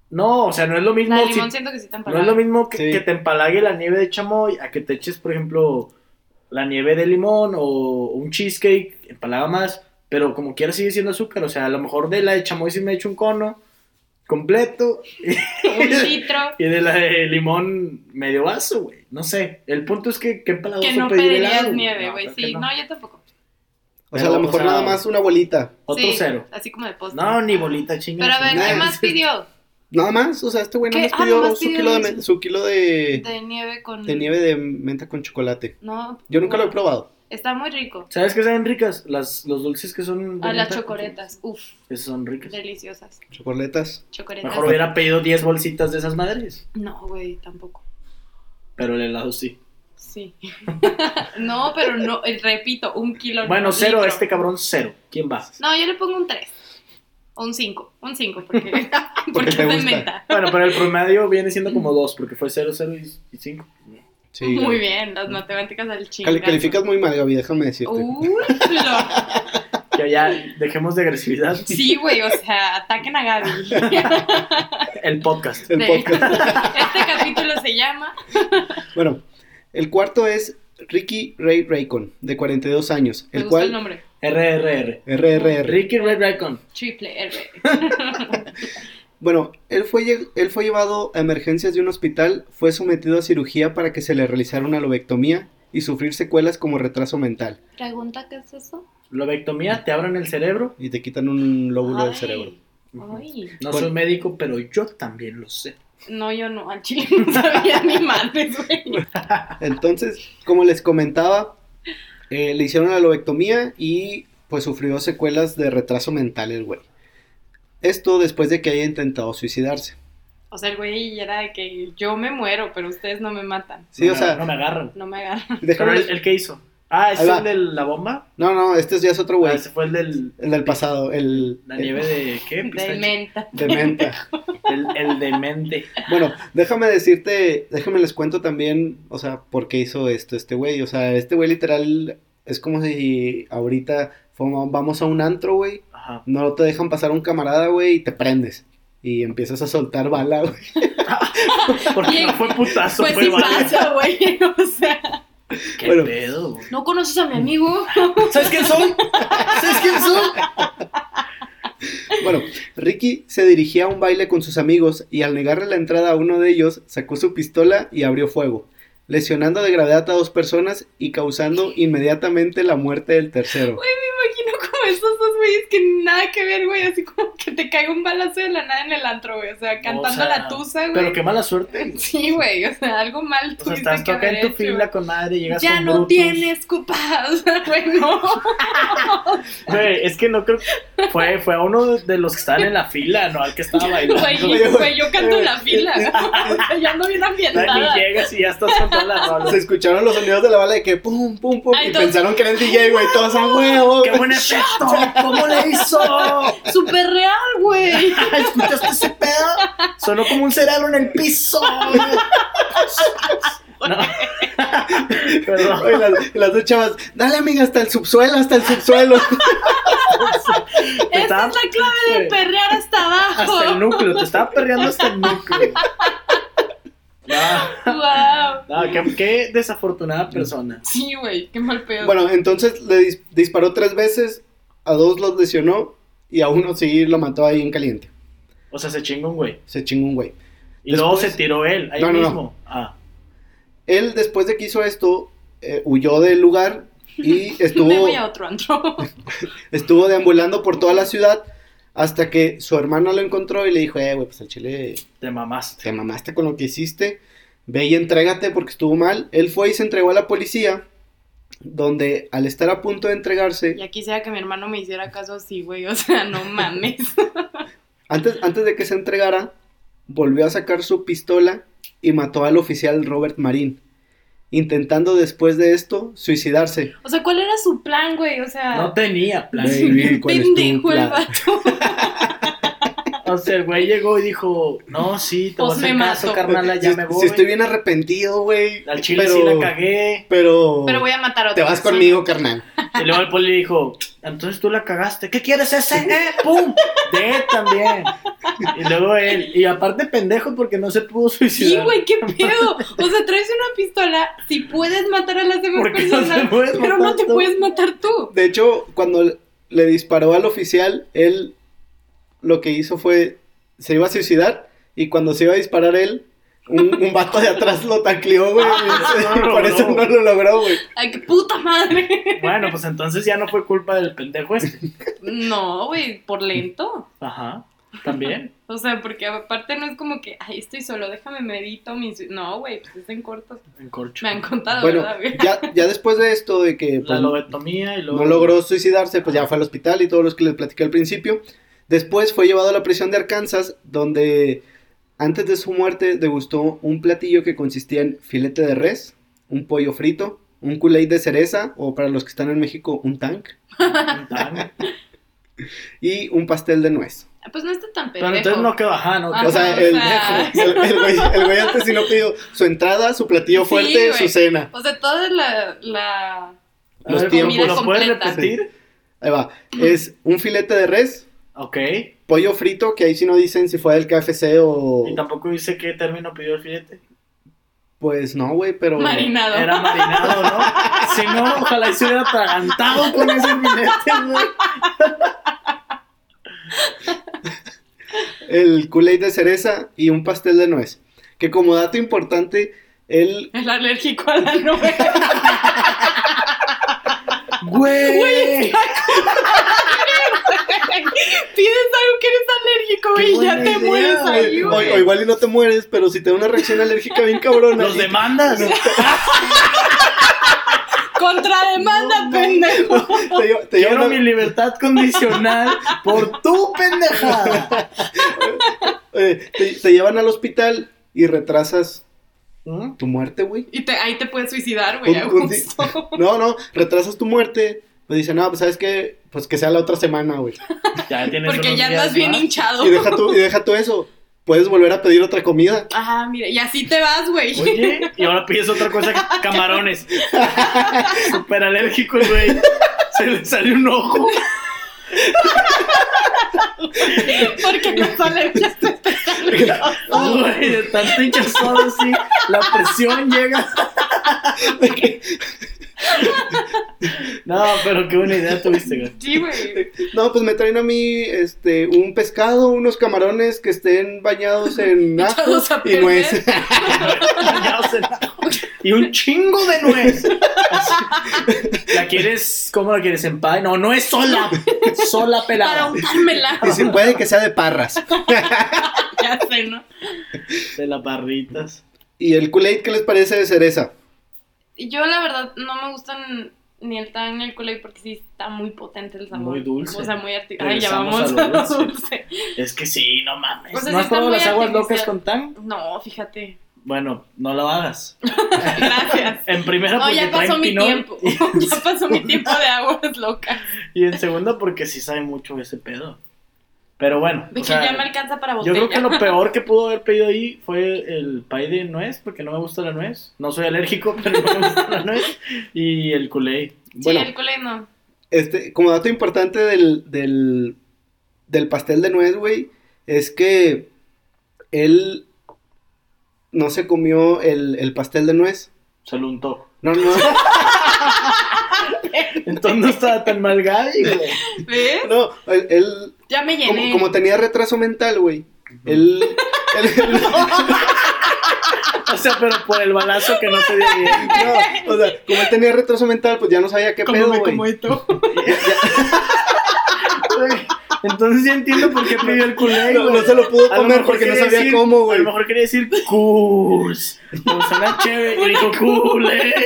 S4: No, o sea, no es lo
S3: La
S4: mismo
S3: de
S4: si-
S3: limón siento que sí te empalaga.
S4: no es lo mismo que,
S2: Sí.
S4: que te empalague la nieve de chamoy a que te eches, por ejemplo, la nieve de limón o un cheesecake, empalaga más, pero como quiera sigue siendo azúcar, o sea, a lo mejor de la de chamoy sí me echo un cono completo
S3: Un litro
S4: y de la de limón medio vaso, güey. No sé, el punto es que qué empalagoso
S3: que no
S4: pedir
S3: pedirías
S4: helado, güey.
S3: nieve,
S4: No,
S3: güey.
S4: creo que
S3: sí,
S4: no.
S3: no. yo tampoco.
S2: O sea, a lo
S4: Pero, o
S2: mejor
S4: sea,
S2: nada más una bolita.
S4: Otro
S3: Sí,
S4: cero.
S3: Así como de postre.
S4: No, ni bolita chingada.
S3: pero a ver,
S2: nada,
S3: ¿qué
S2: no
S3: más
S2: es
S3: pidió?
S2: Nada más, o sea, este güey nada
S3: ¿Qué?
S2: más
S3: Ah,
S2: pidió,
S3: nada más
S2: su,
S3: pidió
S2: kilo de,
S3: eso. Mm.
S2: men- su kilo de,
S3: De nieve con.
S2: de nieve de menta con chocolate.
S3: No.
S2: Yo nunca lo he probado.
S3: Está muy rico.
S4: ¿Sabes qué saben ricas? Las, los dulces que son. de
S3: A Ah, las
S4: menta.
S3: chocoretas. Uf,
S4: Esas son ricas.
S3: deliciosas.
S2: Chocoletas.
S3: Chocoretas.
S4: Mejor hubiera pedido 10 bolsitas de esas madres.
S3: No, güey, tampoco.
S4: Pero el helado sí.
S3: Sí. no, pero no, eh, repito, un kilo.
S4: Bueno,
S3: un
S4: cero,
S3: litro.
S4: este cabrón cero. ¿Quién va?
S3: No, yo le pongo un 3. O un 5. Un 5, porque,
S2: Porque
S3: porque
S2: te
S3: es de
S2: gusta.
S3: menta.
S4: Bueno, pero el promedio viene siendo como 2, porque fue 0, 0 y 5.
S2: Sí.
S3: Muy
S2: güey.
S3: bien, las matemáticas al
S2: Cali-
S3: chingo.
S2: calificas muy mal, Gaby, déjame decirte.
S3: Uy, lo-
S4: Ya, ya, dejemos de agresividad.
S3: sí, güey, o sea, ataquen a Gaby.
S4: El podcast.
S2: El
S3: Sí.
S2: podcast.
S3: Este capítulo se llama
S2: Bueno, el cuarto es Ricky Ray Raycon, de 42 años,
S3: Me
S2: el
S3: gusta el
S2: cual...
S3: nombre.
S4: RRR.
S2: RRR.
S4: Ricky Red Raycon.
S3: Triple R.
S2: Bueno, él fue, lle- él fue llevado a emergencias de un hospital, fue sometido a cirugía para que se le realizara una lobectomía y sufrir secuelas como retraso mental.
S3: Pregunta, ¿qué es eso?
S4: Lobectomía, te abran el cerebro.
S2: Y te quitan un lóbulo
S3: Ay,
S2: del cerebro.
S3: ay.
S4: No
S2: Con-
S4: soy médico, pero yo también lo sé.
S3: No, yo no, al chile no sabía ni madre, güey.
S2: Entonces, como les comentaba, eh, le hicieron la lobectomía y pues sufrió secuelas de retraso mental el güey. Esto después de que haya intentado suicidarse.
S3: O sea, el güey era de que yo me muero, pero ustedes no me matan.
S2: Sí,
S4: No
S2: o
S4: me-
S2: sea,
S4: No me agarran.
S3: No me agarran.
S4: Pero
S2: déjame-
S4: el, el que hizo. Ah, ¿es
S2: Ahí va.
S4: el de la bomba?
S2: No, no, este ya es otro
S4: Ah,
S2: güey.
S4: ese fue el del.
S2: El del pasado, el,
S4: La
S2: el-
S4: nieve de qué?
S3: De
S4: Pistache.
S3: menta.
S2: de menta.
S4: El, el demente.
S2: Bueno, déjame decirte, déjame les cuento también, o sea, por qué hizo esto este güey. O sea, este güey literal es como si ahorita fuéramos- vamos a un antro, güey,
S4: Ajá.
S2: No te dejan pasar un camarada, güey, y te prendes. Y empiezas a soltar bala, güey.
S4: Porque no fue putazo,
S3: Pues
S4: fue
S3: sí
S4: bala.
S3: pasa, güey. O sea,
S4: Qué
S2: Bueno.
S4: pedo. güey.
S3: no conoces a mi amigo.
S4: ¿Sabes quién soy? ¿Sabes quién soy?
S2: Bueno, Ricky se dirigía a un baile con sus amigos y al negarle la entrada a uno de ellos, sacó su pistola y abrió fuego, lesionando de gravedad a dos personas y causando inmediatamente la muerte del tercero.
S3: Me imagino como esos dos güeyes que nada que ver, güey. Así como que te caiga un balazo de la nada en el antro, güey. O sea, cantando
S4: sea,
S3: la tusa, güey.
S4: Pero qué mala suerte.
S3: Sí, güey, o sea, algo mal
S4: O sea,
S3: tuviste
S4: estás
S3: que
S4: tocando
S3: haber
S4: en tu
S3: hecho.
S4: fila con madre, llegas
S3: Ya
S4: con
S3: no
S4: Brutus.
S3: tienes culpa, o sea, güey, no.
S4: Güey, es que no creo. Fue, fue a uno de los que estaban en la fila, no al que estaba
S3: Güey,
S4: bailando.
S3: yo- güey, yo canto en la fila, güey. O sea, yo ando bien ambientada.
S4: Y llegas y ya estás con todas las rolas.
S2: Se escucharon los sonidos de la bala de que pum, pum, pum.
S3: Ay,
S2: y
S3: todos-
S2: pensaron que era el DJ, güey. Todos a huevo.
S4: ¡Qué buen efecto! ¿Cómo le hizo?
S3: Súper real, güey.
S4: ¿Escuchaste ese pedo? Sonó como un cerebro en el piso. No. Perdón.
S2: Y las, y las dos chavas, dale amiga hasta el subsuelo, hasta el subsuelo.
S4: Te
S3: Esa
S4: estaba-
S3: es la clave de perrear hasta abajo.
S4: Hasta el núcleo, te estaba perreando hasta el núcleo. No,
S3: Wow.
S4: no, qué, qué desafortunada persona.
S3: Sí, güey, qué mal pedo.
S2: bueno, entonces le dis- disparó tres veces, a dos los lesionó y a uno sí lo mató ahí en caliente.
S4: O sea, se chingó un güey.
S2: Se chingó un güey.
S4: Y luego se
S2: Después-
S4: tiró él, ahí
S2: No, no, no.
S4: mismo. Ah,
S2: Él, después de que hizo esto, eh, huyó del lugar y
S3: Me voy a
S2: estuvo,
S3: otro antro.
S2: estuvo deambulando por toda la ciudad hasta que su hermana lo encontró y le dijo, eh, güey, pues al chile
S4: te mamaste.
S2: te mamaste con lo que hiciste, ve y entrégate porque estuvo mal. Él fue y se entregó a la policía, donde al estar a punto de entregarse,
S3: Ya quisiera que mi hermano me hiciera caso así, güey. O sea, no mames.
S2: antes, antes de que se entregara, volvió a sacar su pistola y mató al oficial Robert Marín, intentando después de esto suicidarse.
S3: O sea, ¿cuál era su plan, güey? O sea,
S4: No tenía plan.
S2: Güey. Baby, ¿cuál es tu
S3: pendejo el
S2: plan?
S3: vato.
S4: O sea, el güey llegó y dijo, no, sí, te
S3: Pues
S4: voy a hacer
S3: me
S4: caso,
S3: mato.
S4: carnala, ya
S2: si,
S4: me
S2: si
S4: voy.
S2: estoy bien arrepentido, güey.
S4: Al chile
S2: pero,
S4: sí la cagué.
S2: Pero,
S3: Pero voy a matar a
S2: te
S3: otra
S2: vas
S3: persona.
S2: conmigo, carnal.
S4: Y luego el poli dijo, entonces tú la cagaste. ¿Qué quieres ese? Eh, ¡Pum! De él también. Y luego él. Y aparte pendejo porque no se pudo
S3: Sí,
S4: suicidar.
S3: güey, qué pedo. O sea, traes una pistola, si puedes matar a las demás
S4: ¿Por qué no
S3: personas,
S4: te puedes
S3: pero
S4: matar
S3: no te
S4: tú?
S3: puedes matar tú.
S2: De hecho, cuando le disparó al oficial, él lo que hizo fue, se iba a suicidar y cuando se iba a disparar él, un, un vato de atrás lo tacleó, güey.
S4: no lo
S2: por eso
S4: logró.
S2: no lo logró, güey.
S3: Ay, qué puta madre.
S4: Bueno, pues entonces ya no fue culpa del pendejo este.
S3: No, güey, por lento.
S4: Ajá. También.
S3: O sea, porque aparte no es como que, ay, estoy solo, déjame medito. mis No, güey, pues es en corto.
S4: En corcho.
S3: Me han contado,
S2: Bueno,
S3: ¿verdad, güey?
S2: ya, ya después de esto, de que
S4: La
S2: pues,
S4: lobotomía y luego.
S2: no logró suicidarse, pues ya fue al hospital y todos los que les platiqué al principio. Después fue llevado a la prisión de Arkansas, donde antes de su muerte degustó un platillo que consistía en filete de res, un pollo frito, un culé de cereza, o para los que están en México, un tank,
S4: un tango.
S2: y un pastel de nuez.
S3: Ah, Pues no está tan
S4: Pero
S3: pendejo.
S4: entonces no quedó, ajá, no
S3: Ajá,
S2: o sea, el,
S3: o sea.
S2: el- el güey, el güey antes sí no pidió su entrada, su platillo
S3: Sí,
S2: fuerte, su
S3: güey.
S2: cena.
S3: O sea, toda la, la...
S4: A
S2: Los
S4: ver,
S2: tiempos.
S4: ¿Lo puedes
S3: Comida completa.
S4: repetir?
S2: Ahí va. Es un filete de res,
S4: Ok.
S2: pollo frito, que ahí sí no dicen si fue del KFC o...
S4: Y tampoco dice qué término pidió el filete.
S2: Pues no, güey, pero...
S3: Marinado.
S4: Era marinado, ¿no? Si no, ojalá y se hubiera atragantado con ese filete, güey.
S2: el Kool-Aid de cereza y un pastel de nuez. Que como dato importante, él...
S3: El alérgico a la nuez.
S4: Güey.
S3: Pides algo que eres alérgico
S4: Qué
S3: y ya
S4: buena
S3: te
S4: idea,
S3: mueres ahí,
S4: Sí,
S2: eh, o,
S3: güey.
S2: o igual y no te mueres, pero si te da una reacción alérgica bien cabrona...
S4: Los
S2: y-
S4: demandas.
S3: Contrademanda,
S4: No, no.
S3: pendejo.
S2: Te, lleva- te llevan
S4: Quiero
S2: a-
S4: mi libertad condicional por tu pendejada.
S2: eh, te- te llevan al hospital y retrasas
S4: ¿Mm?
S2: tu muerte, güey.
S3: Y te, ahí te puedes suicidar, güey,
S2: Un-
S3: a
S2: un
S3: gusto.
S2: No, no, retrasas tu muerte. Pues dice, no, pues sabes que, pues que sea la otra semana, güey.
S4: Ya tienes
S3: Porque
S4: unos
S3: ya
S4: días
S3: andas bien
S4: más.
S3: hinchado.
S2: Y deja tú, y deja tú eso. Puedes volver a pedir otra comida.
S3: Ah, mira, y así te vas, güey.
S4: Oye, y ahora pides otra cosa, camarones. Súper alérgico el güey. Se le salió un ojo.
S3: Porque las alergias te están
S4: Güey, de tanto hinchazón así, la presión llega. No, pero qué buena idea tuviste, güey.
S3: Sí, güey.
S2: No, pues me traen a mí este un pescado, unos camarones que estén bañados en ajo
S3: Echados a
S2: y
S3: perder.
S2: nuez.
S4: Ya, o sea, y un chingo de nuez. Así. ¿La quieres? ¿Cómo la quieres? ¿En pie? No, no es sola. Sola
S3: Para
S4: pelada.
S3: untármela.
S2: Y si puede que sea de parras.
S3: Ya sé, ¿no?
S4: De las barritas.
S2: ¿Y el Kool-Aid qué les parece de cereza?
S3: Y Yo, la verdad, no me gustan ni el tan ni el Kool-Aid porque sí está muy potente el sabor.
S4: Muy dulce.
S3: O sea, muy artificial. Ay, ya
S4: Regresamos
S3: vamos
S4: a
S3: a
S4: lo
S3: lo dulce.
S4: dulce. Es que sí, no mames.
S3: O sea,
S4: ¿No
S3: sí
S4: has
S3: está
S4: probado
S3: muy
S4: las aguas locas
S3: artificial.
S4: con tan?
S3: No, fíjate.
S4: Bueno, no lo hagas.
S3: Gracias.
S4: En primera
S3: No, Oh,
S4: porque
S3: ya pasó
S4: traen
S3: mi
S4: pinol
S3: tiempo.
S4: Y,
S3: Ya pasó mi tiempo de aguas locas.
S4: y en segunda porque sí sabe mucho ese pedo. Pero bueno,
S3: De
S4: o
S3: que
S4: sea,
S3: ya me alcanza para
S4: yo
S3: botella.
S4: creo que lo peor que pudo haber pedido ahí fue el pay de nuez, porque no me gusta la nuez. No soy alérgico, pero no me gusta la nuez. Y el culé.
S3: Sí,
S2: Bueno.
S3: el Kool-Aid no.
S2: Este, como dato importante del, del, del pastel de nuez, güey, es que él no se comió el, el pastel de nuez.
S4: Se lo untó.
S2: No, no,
S4: Entonces no estaba tan mal Gaby, güey.
S3: ¿Ves?
S2: no. Él, él-
S3: Ya me
S2: como,
S3: llené.
S2: como tenía retraso mental, güey, él... él- él-
S4: O sea, pero por el balazo que no se dio bien.
S2: no, o sea, como él tenía retraso mental, pues ya no sabía qué pedo,
S3: Cómeme
S2: güey.
S3: como esto.
S4: Güey, Entonces ya entiendo por qué pidió el culé,
S2: No,
S4: güey.
S2: no se lo pudo
S4: A lo
S2: comer
S4: mejor
S2: porque no
S4: quería
S2: sabía
S4: decir-
S2: cómo,
S4: A
S2: güey.
S4: lo mejor quería decir cus. O suena chévere. Y dijo culé.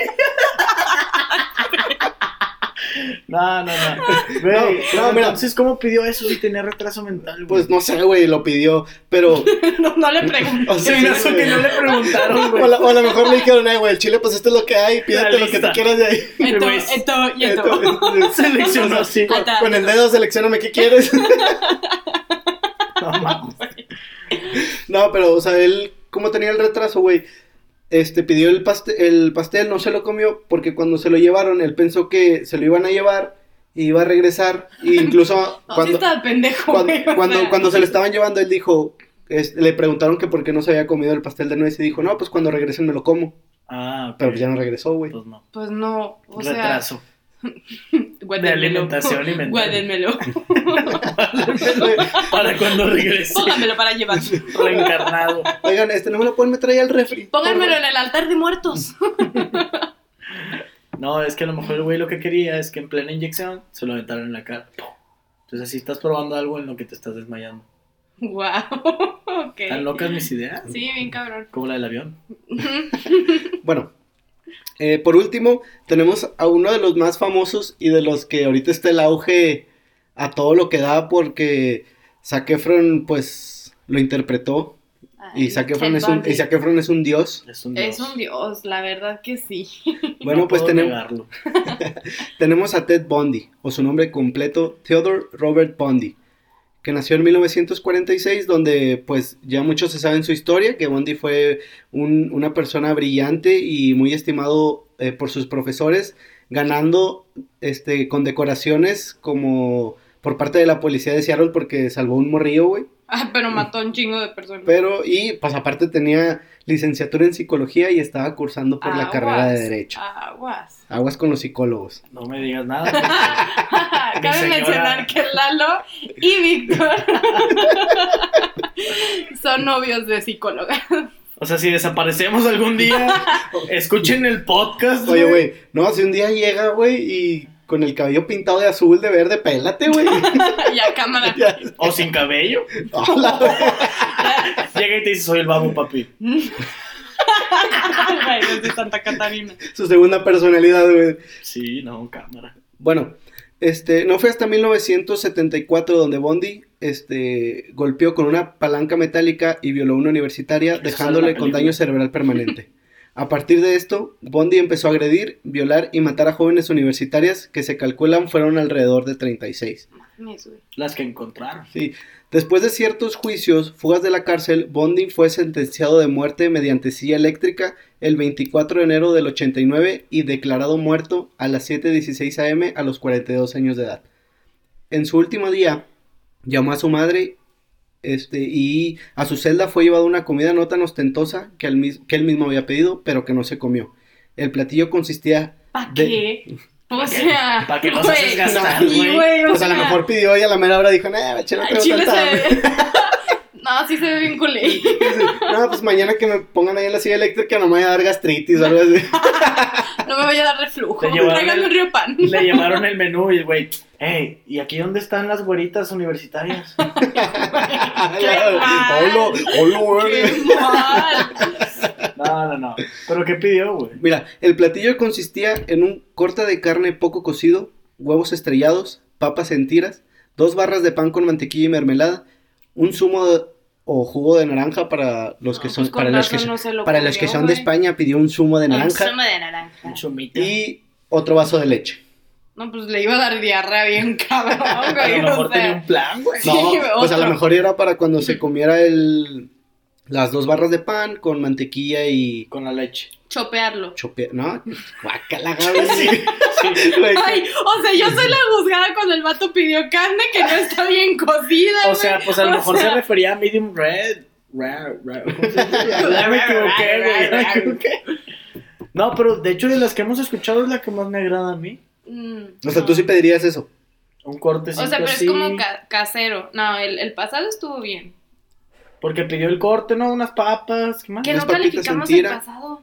S4: No, no, no. Güey,
S2: No, no, mira.
S4: entonces, ¿cómo pidió eso si tenía retraso mental, güey?
S2: Pues no sé, güey, lo pidió, pero...
S3: No, no le pregunto.
S2: O
S4: Se me hizo que no le preguntaron, güey.
S2: O, la- o a lo mejor le dijeron, ay, güey, el chile, pues esto es lo que hay, pídate lo que
S4: lista.
S2: te quieras de ahí.
S3: Esto,
S4: Güey,
S3: esto y esto.
S2: Esto-
S4: Seleccionó así.
S3: Ahí está.
S2: Con el dedo seleccioname qué quieres.
S4: No mames.
S2: No, pero, o sea, él, como tenía el retraso, güey, este, pidió el, paste- el pastel, no se lo comió, porque cuando se lo llevaron, él pensó que se lo iban a llevar y iba a regresar. E incluso
S3: No, sí
S2: cuando,
S3: estaba pendejo,
S2: cuando,
S3: güey, o
S2: cuando,
S3: sea.
S2: cuando se lo estaban llevando, él dijo, es- le preguntaron que por qué no se había comido el pastel de nuez y dijo, no, pues cuando regresen me lo como.
S4: Ah, ok.
S2: Pero pues ya no regresó, güey.
S4: Pues no.
S3: Pues no, o sea...
S4: Retraso.
S3: guárdenmelo.
S4: de alimentación y mental.
S3: Guárdenmelo.
S4: Para cuando regrese.
S3: Pónganmelo para llevar.
S4: Reencarnado.
S2: Oigan, este no me lo pueden meter ahí al refri.
S3: Pónganmelo en el altar de muertos.
S4: No, es que a lo mejor el güey lo que quería es que en plena inyección se lo aventaron en la cara. ¡Pum! Entonces así estás probando algo en lo que te estás desmayando.
S3: Wow. Ok.
S4: ¿Tan locas mis ideas?
S3: Sí, bien cabrón.
S4: Como la del avión.
S2: Bueno, eh, por último, tenemos a uno de los más famosos y de los que ahorita está el auge a todo lo que da porque Zac Efron, pues, lo interpretó y Zac Efron es un, y Zac Efron es un dios.
S4: Es un dios.
S3: Es un dios, la verdad que sí.
S2: Bueno,
S4: No
S2: pues
S4: puedo
S2: tenem-
S4: negarlo.
S2: tenemos a Ted Bundy, o su nombre completo, Theodore Robert Bundy, que nació en 1946, donde pues ya muchos se saben su historia, que Bundy fue un- una persona brillante y muy estimado eh, por sus profesores, ganando este, condecoraciones como por parte de la policía de Seattle porque salvó un morrillo, güey.
S3: Ah, pero mató a un chingo de personas.
S2: Pero, y pues aparte tenía licenciatura en psicología y estaba cursando por la
S3: Ah, Aguas,
S2: carrera de derecho.
S3: Aguas.
S2: Aguas con los psicólogos.
S4: No me digas nada.
S3: Cabe
S4: señora.
S3: mencionar que Lalo y Víctor son novios de psicóloga.
S4: O sea, si desaparecemos algún día, escuchen el podcast.
S2: Oye, güey, no, si un día llega, güey, y con el cabello pintado de azul, de verde, pélate, güey.
S3: ya cámara.
S2: Ya.
S4: O sin cabello.
S2: Hola, güey.
S4: Llega y te dice, soy el babo, papi.
S3: Ay, desde Santa Catarina.
S2: Su segunda personalidad, güey.
S4: Sí, no, cámara.
S2: Bueno, este, no fue hasta 1974 donde Bondi, este, golpeó con una palanca metálica y violó a una universitaria,
S4: Eso sale en la
S2: dejándole con
S4: película.
S2: daño cerebral permanente. A partir de esto, Bondi empezó a agredir, violar y matar a jóvenes universitarias que se calculan fueron alrededor de 36.
S3: Mames, güey.
S4: Las que encontraron.
S2: Después de ciertos juicios, fugas de la cárcel, Bondi fue sentenciado de muerte mediante silla eléctrica el 24 de enero del 89 y declarado muerto a las 7:16 a.m. a los 42 años de edad. En su último día, llamó a su madre este, y a su celda fue llevada una comida no tan ostentosa que él, mis- que él mismo había pedido, pero que no se comió. El platillo consistía,
S3: ¿Para
S2: De-
S3: qué? O sea,
S4: ¿Para qué los haces
S3: güey,
S4: gastar,
S2: no,
S3: sí,
S4: güey?
S3: güey, o
S2: pues a lo
S3: sea,
S2: mejor pidió y a la mera hora dijo, "Nah, che, no
S3: al
S2: tengo
S3: chile
S2: tanta
S3: se
S2: hambre".
S3: ve. no, sí se ve bien culé.
S2: No, no, pues mañana que me pongan ahí en la silla eléctrica no me vaya a dar gastritis o algo así.
S3: No me vaya a dar reflujo.
S4: Te llevaron
S3: Tráigame
S4: el-
S3: un río pan.
S4: Le llevaron el menú y el güey, hey, ¿y aquí dónde están las güeritas universitarias?
S2: Hola,
S3: mal.
S2: hola, güey.
S3: ¡Qué mal!
S4: No, no, no. ¿Pero qué pidió, güey?
S2: Mira, el platillo consistía en un corte de carne poco cocido, huevos estrellados, papas en tiras, dos barras de pan con mantequilla y mermelada, un zumo de- o jugo de naranja para los que
S3: No,
S2: son
S3: pues con
S2: para los que
S3: razón
S2: son-
S3: no se lo
S2: para los que
S3: comió,
S2: son de
S3: güey.
S2: España pidió un zumo de
S3: Un
S2: naranja
S3: zumo de naranja.
S4: Chumita.
S2: y otro vaso de leche.
S3: No, pues le iba a dar diarrea bien cabrón,
S4: A
S3: güey.
S4: lo mejor
S3: o sea.
S4: tenía un plan, güey.
S3: Sí,
S2: No, pues a lo
S3: otro.
S2: mejor era para cuando se comiera el las dos barras de pan con mantequilla y
S4: Con la leche.
S3: Chopearlo.
S2: chope, no, guácala, Gaby. Güey,
S3: Ay, o sea, yo soy la juzgada cuando el vato pidió carne que no está bien cocida.
S4: O sea, pues a
S3: o
S4: lo mejor
S3: sea-
S4: se refería a medium red. Ra- ra- ¿cómo se dice? Ya me equivoqué, güey. ya me equivoqué. No, pero de hecho de las que hemos escuchado es la que más me agrada a mí.
S3: Mm,
S2: O sea,
S3: no.
S2: tú sí pedirías eso.
S4: Un corte
S3: O sea, pero es como ca- casero. No, el, el pasado estuvo bien.
S4: Porque pidió el corte, ¿no? Unas papas, ¿qué más?
S3: Que
S2: Unas
S3: no
S2: papitas en
S3: calificamos el
S2: tira.
S3: pasado.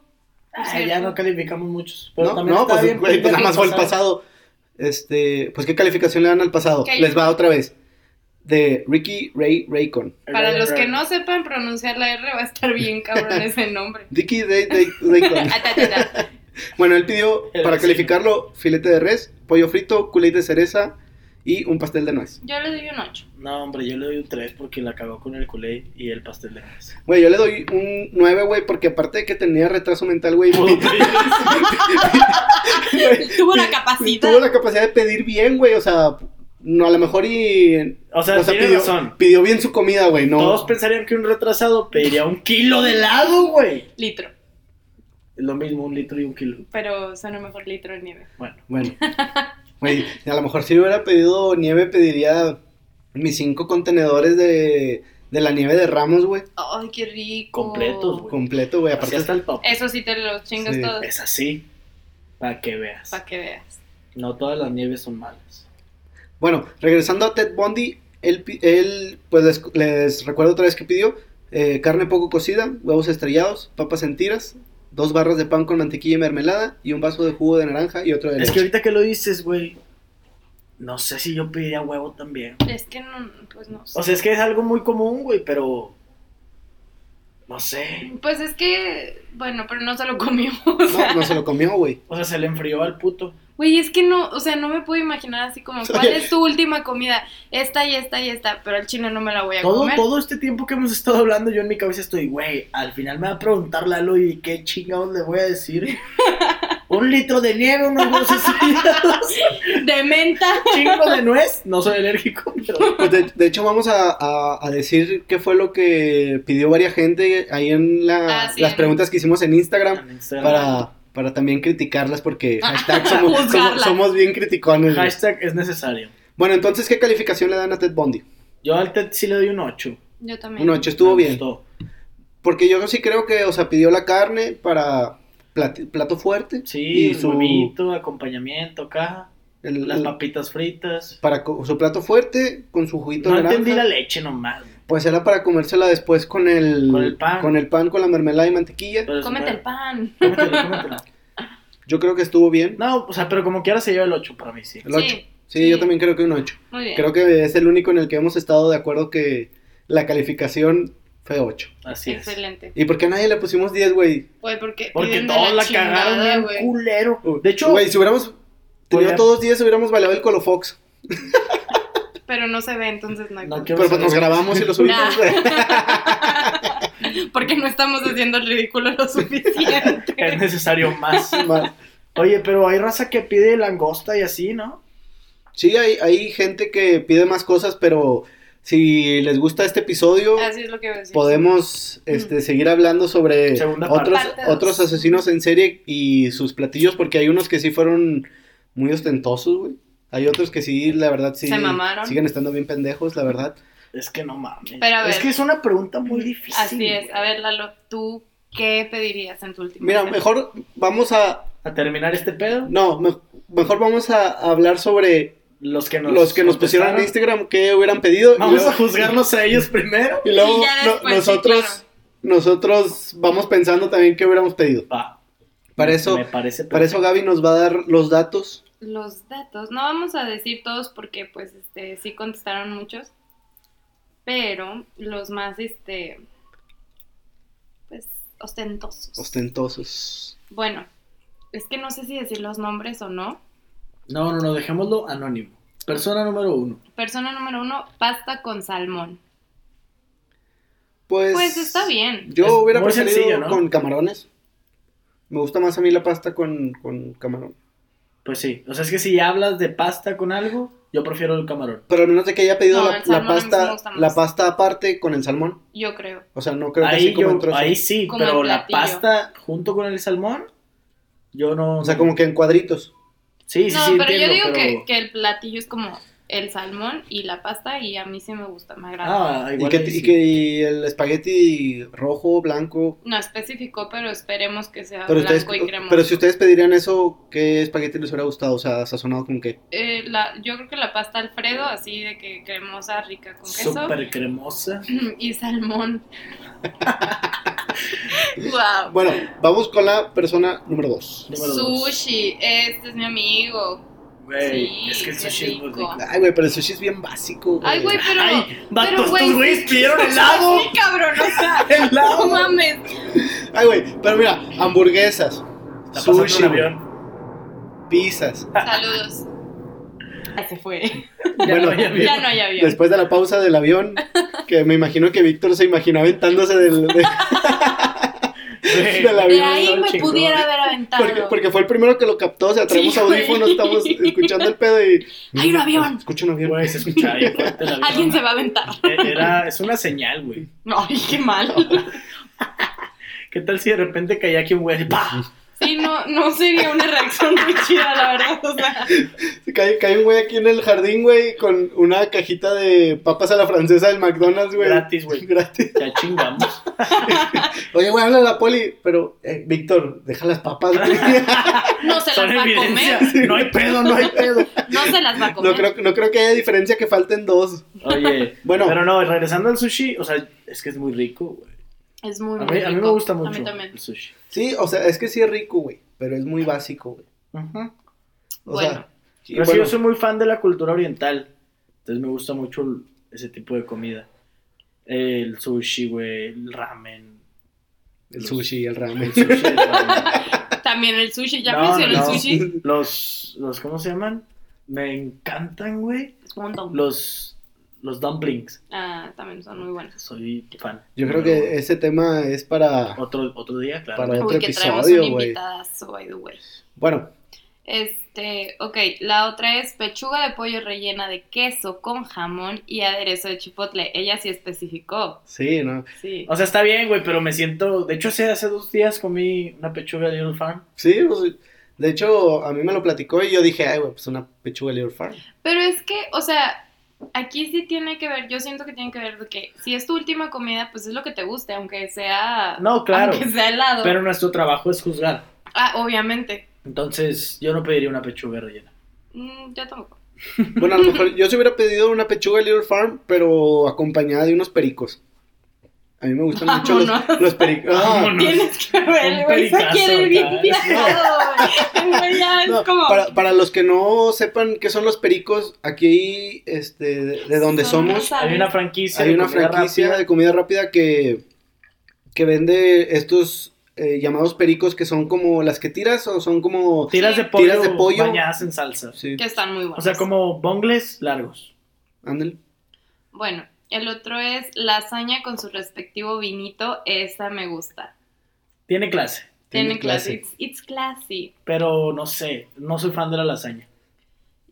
S4: Ah,
S3: Por cierto.
S4: ya no calificamos muchos. Pero
S2: No,
S4: también
S2: no,
S4: está
S2: pues,
S4: bien
S2: güey, pues,
S4: pendejo
S2: nada más fue el pasado. Este, pues qué calificación le dan al pasado.
S3: Ok.
S2: Les va otra vez. De Ricky Ray Raycon.
S3: Para los que no sepan pronunciar la R va a estar bien cabrón ese nombre.
S2: Ricky Ray Ray- Raycon.
S3: Atatata.
S2: bueno, él pidió
S4: El
S2: para
S4: vecino.
S2: calificarlo filete de res, pollo frito, culé de cereza y un pastel de nuez.
S3: Yo le doy un 8.
S4: No, hombre, yo le doy un 3 porque la cagó con el culé y el pastel de masa.
S2: Güey, yo le doy un 9, güey, porque aparte de que tenía retraso mental, güey,
S3: Tuvo la
S2: pi-
S3: capacidad.
S2: tuvo la capacidad de pedir bien, güey, o sea, no a lo mejor y
S4: O sea,
S2: o sea,
S4: tiene
S2: pidió,
S4: razón.
S2: pidió bien su comida, güey, no.
S4: Todos pensarían que un retrasado pediría un kilo de helado, güey.
S3: Litro.
S4: Es lo mismo, un litro y un kilo.
S3: Pero suena mejor litro de nieve.
S4: Bueno,
S2: Bueno, güey, a lo mejor si hubiera pedido nieve, pediría mis cinco contenedores de, de la nieve de Ramos, güey.
S3: Ay, qué rico.
S4: Completos, güey.
S2: Completo, güey.
S4: así
S2: Aparte,
S4: está el papá.
S3: Eso sí te lo chingas
S2: Sí.
S3: todos.
S4: Es así, para que veas.
S3: Para que veas.
S4: No todas las nieves son malas.
S2: bueno, regresando a Ted Bundy, él, pi- él, pues les, les recuerdo otra vez que pidió eh, carne poco cocida, huevos estrellados, papas en tiras, dos barras de pan con mantequilla y mermelada y un vaso de jugo de naranja y otro de
S4: Es que
S2: leche.
S4: ahorita que lo dices, güey, no sé si yo pediría huevo también.
S3: Es que no, pues no sé.
S4: O sea, es que es algo muy común, güey, pero... No sé.
S3: Pues es que, bueno, pero no se lo comió. O sea,
S2: No, no se lo comió, güey.
S4: O sea, se le enfrió al puto.
S3: güey, es que no, o sea, no me puedo imaginar así como, ¿cuál es tu última comida? Esta y esta y esta, pero al chino no me la voy a
S4: Todo,
S3: comer.
S4: todo este tiempo que hemos estado hablando, yo en mi cabeza estoy, güey, al final me va a preguntar Lalo y qué chingados le voy a decir. Un litro de nieve, unos huevos estrellados,
S3: De menta.
S4: chingo de nuez. No soy alérgico, pero...
S2: Pues de, de hecho, vamos a, a- a decir qué fue lo que pidió varias gente ahí en la-
S3: Ah, sí,
S2: las
S3: en-
S2: preguntas que hicimos en Instagram.
S4: En Instagram.
S2: para, para también criticarlas porque hashtag somos,
S3: Ah, Juzgarlas.
S2: somos, somos bien criticones. güey.
S4: Hashtag es necesario.
S2: Bueno, entonces, ¿qué calificación le dan a Ted Bundy?
S4: Yo al TED sí le doy un 8.
S3: Yo también.
S2: Un 8, estuvo
S4: Me
S2: bien.
S4: gustó.
S2: Porque yo sí creo que, o sea, pidió la carne para plati- plato fuerte.
S4: Sí,
S2: y
S4: su
S2: su,
S4: huevito, acompañamiento, caja,
S2: el-
S4: las
S2: el-
S4: papitas fritas.
S2: para co- su plato fuerte con su juguito
S4: No
S2: de naranja.
S4: entendí la leche nomás.
S2: Pues era para comérsela después con el,
S4: Con el pan. Pues,
S2: con el pan, con la mermelada y mantequilla.
S4: Pero es
S3: Cómete
S4: bueno.
S3: el pan.
S4: Cómetelo, cómetelo.
S2: Yo creo que estuvo bien.
S4: No, o sea, pero como quiera se lleva el 8 para mí, sí.
S2: El 8.
S3: Sí,
S2: Sí,
S3: sí.
S2: yo también creo que un 8.
S3: muy bien.
S2: Creo que es el único en el que hemos estado de acuerdo que la calificación fue 8.
S4: Así es.
S3: Excelente.
S2: ¿Y por qué a nadie le pusimos 10, güey?
S3: Güey, porque,
S4: Porque
S3: viven de
S4: todos la,
S3: chingada,
S4: cagaron bien
S3: güey.
S4: culero. De hecho,
S2: Güey, si hubiéramos tenido
S4: Oye.
S2: todos 10, hubiéramos bailado el Colofox.
S3: Pero no se ve, entonces no hay
S4: No
S3: problema.
S4: quiero
S2: Pero pues nos
S4: saber.
S2: grabamos y lo subimos.
S3: Porque no estamos haciendo el ridículo lo
S4: Es
S3: suficiente.
S4: necesario más.
S2: Más.
S4: Oye, pero hay raza que pide langosta y así, ¿no?
S2: Sí, hay, hay gente que pide más cosas, pero si les gusta este episodio,
S3: Así es lo que iba a decir.
S2: podemos este, seguir hablando sobre
S4: Segunda parte.
S2: otros,
S3: Parte dos.
S2: otros asesinos en serie y sus platillos, porque hay unos que sí fueron muy ostentosos, güey. Hay otros que sí, la verdad, sí.
S3: Se mamaron.
S2: Siguen estando bien pendejos, la verdad.
S4: Es que no mames.
S3: Pero a ver.
S4: Es que es una pregunta muy difícil.
S3: Así es.
S4: güey.
S3: A ver, Lalo, ¿tú qué pedirías en tu último
S2: Mira, mejor vamos a.
S4: A terminar este pedo,
S2: No, me- mejor vamos a hablar sobre
S4: los que nos
S2: los que nos pusieron en
S4: contestaron,
S2: Instagram que hubieran pedido. y
S4: Vamos
S2: luego-
S4: a juzgarnos a ellos primero.
S2: Y luego
S3: Y ya
S2: no-
S3: después, sí,
S2: nosotros
S3: claro.
S2: nosotros vamos pensando también qué hubiéramos pedido.
S4: Va.
S2: Para eso,
S4: Me parece
S2: para eso Gaby nos va a dar los datos.
S3: Los datos, no vamos a decir todos porque pues este sí contestaron muchos, pero los más este pues ostentosos.
S2: Ostentosos.
S3: bueno, es que no sé si decir los nombres o no.
S4: No, no, no, dejémoslo anónimo. Persona número uno.
S3: Persona número uno, pasta con salmón.
S2: Pues,
S3: Pues está bien.
S2: Yo
S4: Es
S2: hubiera
S4: muy
S2: preferido
S4: sencillo, ¿no?
S2: con camarones. Me gusta más a mí la pasta con, con camarón.
S4: Pues sí. O sea, es que si hablas de pasta con algo, yo prefiero el camarón.
S2: Pero al menos de que haya pedido
S3: No,
S2: la,
S3: el salmón
S2: la
S3: a mí sí me
S2: pasta
S3: gusta más.
S2: la pasta aparte con el salmón.
S3: Yo creo.
S2: O sea, no creo que así
S4: ahí,
S2: como
S4: yo-
S2: en trozos.
S4: ahí sí,
S3: Como
S4: pero
S3: el
S4: la
S3: platillo.
S4: pasta junto con el salmón, yo no.
S2: O sea, como que en cuadritos.
S4: Sí, sí,
S3: no,
S4: sí,
S3: pero
S4: entiendo,
S3: yo digo
S4: pero-
S3: Que, que el platillo es como el salmón y la pasta y a mí sí me gusta, me agrada.
S4: Ah,
S2: Y
S4: igual.
S2: que,
S4: ahí
S2: y
S4: sí.
S2: que y el espagueti rojo, blanco.
S3: No especificó, pero esperemos que sea
S2: Pero,
S3: blanco
S2: ustedes,
S3: y cremoso.
S2: pero si ustedes pedirían eso, ¿qué espagueti les hubiera gustado? O sea, sazonado con qué.
S3: Eh, la, yo creo que la pasta Alfredo, así de que cremosa, rica con queso
S4: Súper cremosa.
S3: y salmón. wow.
S2: Bueno, vamos con la persona número dos.
S4: Número dos.
S3: Sushi, este es mi amigo.
S4: Güey,
S3: Sí,
S4: es que el
S3: qué
S4: sushi es muy
S3: rico.
S4: rico.
S2: Ay, güey, pero el sushi es bien básico.
S3: Ay, güey, pero.
S4: Ay, vatos,
S3: güey,
S4: tus güeyes pidieron helado.
S3: Sí, cabrón, o sea,
S4: helado.
S3: no mames.
S2: Ay, güey, pero mira, hamburguesas,
S4: Está pasando
S2: sushi,
S4: un avión.
S2: pizzas.
S4: Ah.
S3: Saludos. Ya Ah, se fue.
S2: Bueno,
S4: Ya no hay
S3: Ya
S4: avión.
S3: no hay avión.
S2: Después de la pausa del avión, que me imagino que Víctor se imaginó aventándose del, de-
S4: Güey,
S2: del
S3: De
S2: avión.
S3: ahí
S4: no,
S3: me
S4: chingón.
S3: pudiera haber aventado.
S2: Porque, porque fue el primero que lo captó, o sea, traemos
S3: Sí, güey.
S2: audífonos, estamos escuchando el pedo y...
S3: Hay un avión.
S2: Escucha un avión.
S4: Güey, se escuchaba bien fuerte el avión. E-
S3: Alguien se va a aventar.
S4: Era, es una señal, güey.
S3: Ay, qué mal.
S4: ¿Qué tal si de repente caía aquí un güey así, ¡pah!
S3: Sí, no, no sería una reacción muy chida, la verdad. O sea,
S2: Se Cae, cae un güey aquí en el jardín, güey, con una cajita de papas a la francesa del McDonald's, güey.
S4: Gratis, güey.
S2: Gratis.
S4: Ya chingamos.
S2: Oye, güey, habla la poli, pero, eh, Víctor, deja las papas, güey.
S3: no se
S4: Son
S3: las va a
S4: evidencia.
S3: comer.
S4: No hay pedo, no hay pedo.
S3: No se las va a comer.
S2: No creo, no creo que haya diferencia que falten dos.
S4: Oye,
S2: Bueno.
S4: pero no, regresando al sushi, o sea, es que es muy rico, güey.
S3: Es muy
S4: A
S3: muy
S4: mí, a mí me
S3: rico.
S4: gusta mucho
S3: A mí también.
S4: el sushi.
S2: Sí, o sea, es que sí es rico, güey, pero es muy básico, güey.
S4: Ajá.
S2: O
S3: Bueno.
S2: sea, sí,
S4: Pero sí,
S2: bueno,
S4: yo soy muy fan de la cultura oriental. Entonces me gusta mucho el- ese tipo de comida. El sushi, güey, el ramen.
S2: el sushi, el ramen.
S4: El sushi, el ramen.
S3: También el sushi. Ya
S4: No,
S3: mencioné
S4: no,
S3: el sushi.
S4: Los, los, ¿cómo se llaman? Me encantan, güey.
S3: Es un montón.
S4: Los, los dumplings.
S3: Ah, también son muy buenos.
S4: Soy fan.
S2: Yo creo que ese tema es para...
S4: Otro, otro día, claro.
S2: Para- Otro
S3: Uy, que traemos
S2: episodio,
S3: un
S2: güey.
S3: invitadazo, by the way.
S2: Bueno,
S3: Este, ok, la otra es pechuga de pollo rellena de queso con jamón y aderezo de chipotle. Ella sí especificó,
S2: sí, ¿no?
S3: sí.
S4: O sea, está bien, güey, pero me siento... De hecho, hace, hace dos días comí una pechuga de Little Farm.
S2: Sí, pues, de hecho, a mí me lo platicó y yo dije, ay, güey, pues una pechuga Little Farm.
S3: Pero es que, o sea, aquí sí tiene que ver, yo siento que tiene que ver de que si es tu última comida, pues es lo que te guste, aunque sea,
S4: No, claro.
S3: aunque sea helado.
S4: Pero nuestro trabajo es juzgar.
S3: Ah, obviamente.
S4: Entonces, yo no pediría una pechuga rellena.
S3: Mm, yo tampoco.
S2: Bueno, a lo mejor yo se hubiera pedido una pechuga Little Farm, pero acompañada de unos pericos. A mí me gustan mucho los,
S3: Vámonos.
S2: los pericos. Ah,
S4: Vámonos.
S3: Tienes que ver,
S4: Un
S3: güey, se
S4: pericazo,
S3: quiere ir bien
S4: ¿sabes?
S3: viajado, güey. Güey, ya es
S2: no,
S3: como...
S2: para, para los que no sepan qué son los pericos, aquí, este, de, de donde
S3: Son unos
S2: somos,
S3: ¿Sabes?
S4: Hay una franquicia.
S2: hay
S4: de
S2: una
S4: comida
S2: franquicia
S4: rápida.
S2: de comida rápida que, que vende estos eh, llamados pericos que son como las que tiras o son como...
S4: tiras de
S3: Sí.
S4: pollo,
S2: Tiras de pollo.
S4: bañadas en salsa.
S2: Sí,
S3: Que están muy buenos.
S4: O sea, como bongles largos.
S2: ándale.
S3: Bueno, el otro es lasaña con su respectivo vinito. Esa me gusta.
S4: Tiene clase,
S2: Tiene
S3: Tienen clase.
S2: clase.
S3: It's, it's classy.
S4: pero no sé, no soy fan de la lasaña.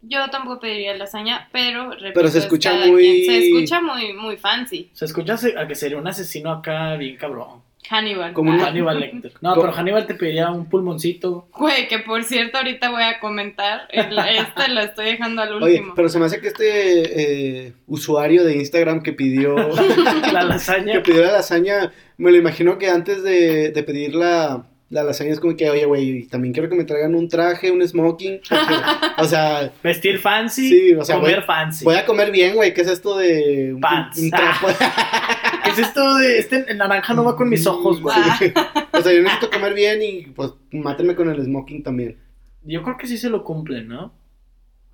S3: Yo tampoco pediría lasaña, pero repito,
S2: Pero se
S3: es
S2: escucha
S3: cada
S2: muy-
S3: quien. Se escucha muy, muy fancy.
S4: Se escucha se- a que sería un asesino acá bien cabrón.
S3: Hannibal.
S2: Como un-
S3: Ah,
S4: Hannibal Lecter. No,
S2: Co-
S4: pero Hannibal te pediría un pulmoncito.
S3: Güey, que por cierto ahorita voy a comentar. El- este lo estoy dejando al
S2: Oye,
S3: último.
S2: pero se me hace que este eh, usuario de Instagram que pidió,
S4: La
S2: que
S4: lasaña.
S2: pidió la lasaña, me lo imagino que antes de, de pedir la, la lasaña es como que, oye, güey, y también quiero que me traigan un traje, un smoking. porque, o sea,
S4: Vestir fancy,
S2: Sí, o sea,
S4: comer
S2: voy-
S4: fancy.
S2: voy a Mm. comer bien, güey, ¿qué es esto de un,
S4: Pants.
S2: un trapo?
S4: ¿Qué es esto de este naranja no va con mis ojos, güey?
S2: O sea, yo necesito comer bien y pues mátenme con el smoking también.
S4: Yo creo que sí se lo cumplen, ¿no?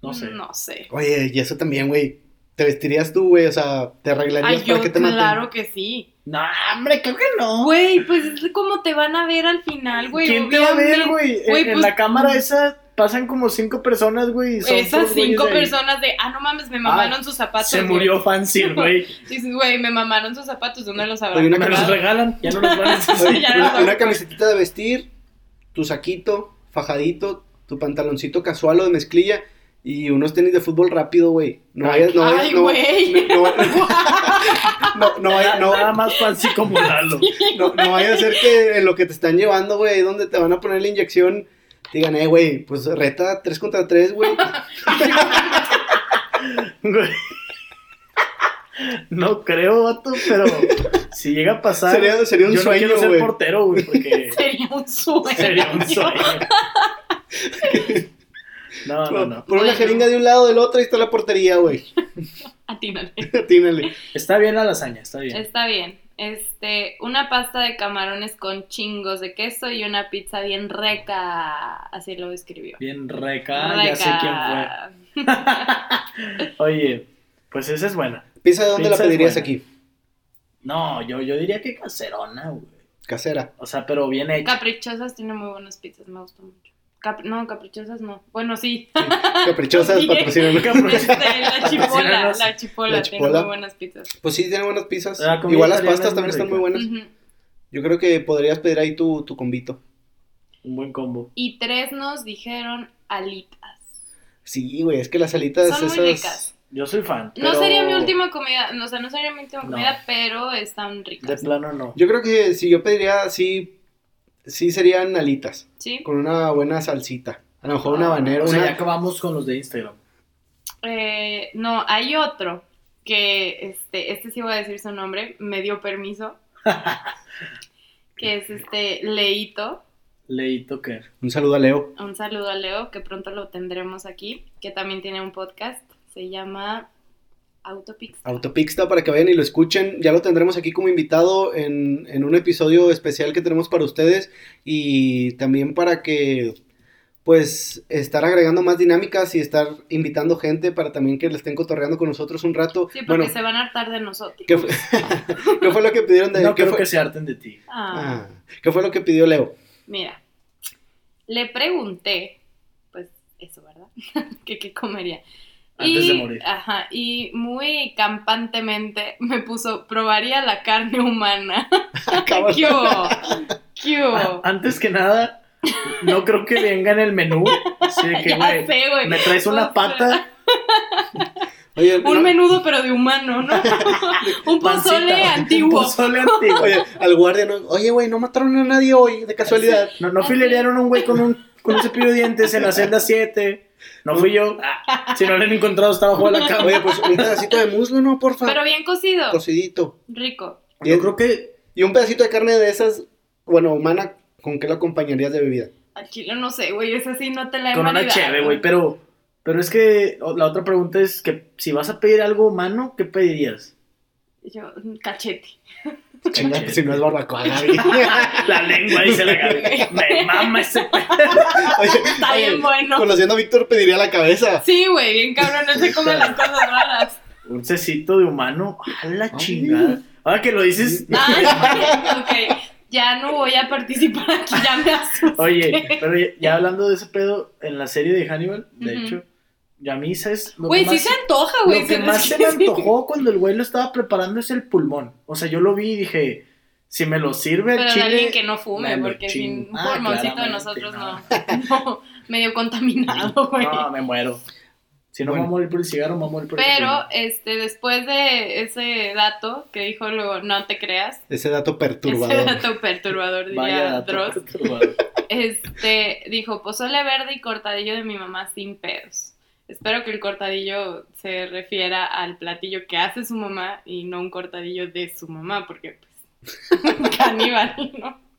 S4: No sé.
S3: No sé.
S2: Oye, y eso también, güey. ¿Te vestirías tú, güey? O sea, ¿te arreglarías
S3: Ay,
S2: para
S3: yo
S2: que te maten?
S3: claro que sí.
S4: No, hombre, creo que no.
S3: Güey, pues es como te van a ver al final, güey.
S4: ¿Quién te va a ver,
S3: obviamente.
S4: güey? En,
S3: Güey,
S4: en
S3: pues-
S4: la cámara esa pasan como cinco personas, güey. y son
S3: Esas
S4: puros güeyes
S3: cinco
S4: de-
S3: personas de, ah, no mames, me mamaron sus zapatos.
S4: Se
S3: güey".
S4: murió Fancy, güey.
S3: Dices, güey, me mamaron sus zapatos, ¿dónde los habrán
S2: Hay una
S4: Me los
S3: comprado?".
S4: regalan, ya no los van a
S2: Oye,
S3: Ya
S2: una,
S3: no lo-
S2: una camisetita de vestir, tu saquito, fajadito, tu pantaloncito casual o de mezclilla y unos tenis de fútbol rápido, güey. No vayas,
S4: eh,
S2: no vayas,
S3: Ay,
S2: no
S3: güey.
S2: No, no, no vayas, no,
S4: Nada más Fancy como Lalo.
S2: no- no vaya a ser que en lo que te están llevando, güey, ahí donde te van a poner la inyección, te digan, eh, güey, pues reta 3 contra 3, güey.
S4: Güey. No creo, vato, pero si llega a pasar.
S2: Sería- sería un
S4: yo
S2: sueño,
S4: no quiero ser
S2: güey.
S4: portero, güey, porque
S3: Sería un sueño.
S4: sería un sueño. No, no, no.
S2: Pon una
S3: Bueno.
S2: jeringa de un lado del otro y está la portería, güey.
S3: Atínale.
S2: Atínale.
S4: Está bien la lasaña, está bien.
S3: Está bien. Este, una pasta de camarones con chingos de queso y una pizza bien reca. Así lo escribió.
S4: Bien reca, Ah, ya sé quién fue.
S3: quién
S4: Oye, pues esa es buena.
S2: Pizza, ¿dónde
S4: Pizza
S2: la
S4: es
S2: pedirías
S4: buena.
S2: aquí?
S4: No, yo, yo diría que caserona, güey.
S2: Casera.
S4: O sea, pero bien hecha.
S3: Caprichosas tiene muy buenas pizzas, me gusta mucho. Cap- no, caprichosas no. Bueno, sí.
S2: Caprichosas,
S3: Bien.
S2: patrocinan.
S3: Este, la chipola,
S4: Patrocínanos.
S3: la chipola
S2: La
S3: tiene
S2: chipola.
S3: muy buenas pizzas.
S2: Pues sí, tienen buenas pizzas.
S4: La comida
S2: Igual las
S4: italiana
S2: pastas
S4: es
S2: también
S4: muy
S2: están muy
S4: rica.
S2: buenas.
S3: Ujú.
S2: Yo creo que podrías pedir ahí tu, tu convito.
S4: Un buen combo.
S3: Y tres nos dijeron alitas.
S2: Sí, güey, es que las alitas
S3: Son
S2: esas...
S3: muy ricas.
S4: Yo soy fan.
S3: No
S4: pero
S3: sería mi última comida, no, o sea, no sería mi última
S4: No.
S3: comida, pero están
S4: De
S3: ricas.
S4: plano no.
S2: Yo creo que si yo pediría, sí, sí serían alitas,
S3: ¿Sí?
S2: con una buena salsita. A lo mejor un habanero,
S4: Ah, O sea,
S2: una-
S4: ya acabamos con los de Instagram.
S3: Eh, no, hay otro que, este, este sí voy a decir su nombre, me dio permiso, que es este Leito.
S4: Leito que.
S2: un saludo a Leo.
S3: Un saludo a Leo, que pronto lo tendremos aquí, que también tiene un podcast, se llama Autopix.
S2: Autopixta para que vayan y lo escuchen. Ya lo tendremos aquí como invitado en, en un episodio especial que tenemos para ustedes y también para que pues estar agregando más dinámicas y estar invitando gente para también que le estén cotorreando con nosotros un rato.
S3: Sí, porque
S2: bueno,
S3: se van a hartar de nosotros.
S2: ¿qué fue, ¿qué fue lo que pidieron de
S4: No
S2: qué
S4: creo
S2: fue-
S4: que se harten de ti.
S2: Ah,
S3: Ah.
S2: ¿Qué fue lo que pidió Leo?
S3: Mira, le pregunté, pues eso, ¿verdad? que qué comería.
S4: Antes
S3: y,
S4: de morir.
S3: Ajá, y muy campantemente me puso, probaría la carne humana.
S2: Cabrón.
S3: ¿Qué hubo? ¿Qué hubo?
S4: Ah, Antes que nada, no creo que venga en el menú. Así de que,
S3: Ya
S4: güey,
S3: sé, güey.
S4: ah, me traes
S3: O
S4: una
S3: sea,
S4: pata.
S2: Oye,
S3: Un
S2: no-
S3: menudo, pero de humano, ¿no? un
S4: pancita,
S3: pozole
S4: un
S3: antiguo.
S4: pozole antiguo.
S2: oye, al guardia, no, oye, güey, no mataron a nadie hoy, de casualidad.
S4: No, no filerearon a un güey con un, con un cepillo de dientes en la celda 7. No fui yo. Ah, si no lo han encontrado, está bajo la cama.
S2: Oye, pues un pedacito de muslo, no, porfa.
S3: Pero bien cocido,
S4: Pues-
S2: Cocidito.
S3: rico.
S2: Yo
S4: Yo
S2: creo
S4: creo que.
S2: Y un pedacito de carne de esas, bueno, humana, ¿con qué lo acompañarías de bebida?
S3: Al chile no sé, güey, es así, no te la he
S4: Con una
S3: validado.
S4: chévere, güey. Pero, pero es que o- la otra pregunta es que si vas a pedir algo humano, ¿qué pedirías?
S3: Yo, un cachete.
S2: Chinga,
S4: Cachete.
S2: si no es barbacoa, Gaby. Oye,
S4: La lengua, dice la Gaby. Me mama ese pe-
S3: Está
S2: oye,
S3: bien bueno.
S2: Conociendo a Víctor, pediría la cabeza.
S3: Sí, güey, bien cabrón, él se come las cosas raras.
S4: Un cecito de humano. A la chingada. Ahora que lo dices.
S3: Ah, ok, ya no voy a participar aquí, ya me asusté.
S4: Oye, pero ya, ya hablando de ese pedo, en la serie de Hannibal, de
S3: Ujú.
S4: hecho, ya a mí, ¿sabes? Lo
S3: Güey,
S4: que
S3: sí
S4: más-
S3: se antoja, güey.
S4: Lo que
S3: se-
S4: más
S3: es
S4: se
S3: que
S4: me
S3: sí.
S4: antojó cuando el güey lo estaba preparando es el pulmón. O sea, yo lo vi y dije, si me lo sirve
S3: Pero
S4: el
S3: de alguien que
S4: chile.
S3: no fume,
S4: me lo
S3: porque sin
S4: chingo.
S3: un
S4: Ah,
S3: pulmoncito de
S4: claramente,
S3: nosotros no. no, Medio contaminado, güey.
S4: No, me muero. Si no
S2: Bueno.
S4: me voy a morir por el cigarro, me voy a morir por el
S3: Pero
S4: pulmón.
S3: este, después de ese dato que dijo luego, no te creas,
S2: Ese dato
S3: ese
S2: perturbador.
S3: dato perturbador,
S4: Vaya
S3: diría
S4: dato
S3: Dross,
S4: perturbador.
S3: este, dijo pozole verde y cortadillo de mi mamá sin pedos. Espero que el cortadillo se refiera al platillo que hace su mamá y no un cortadillo de su mamá, porque pues caníbal, ¿no?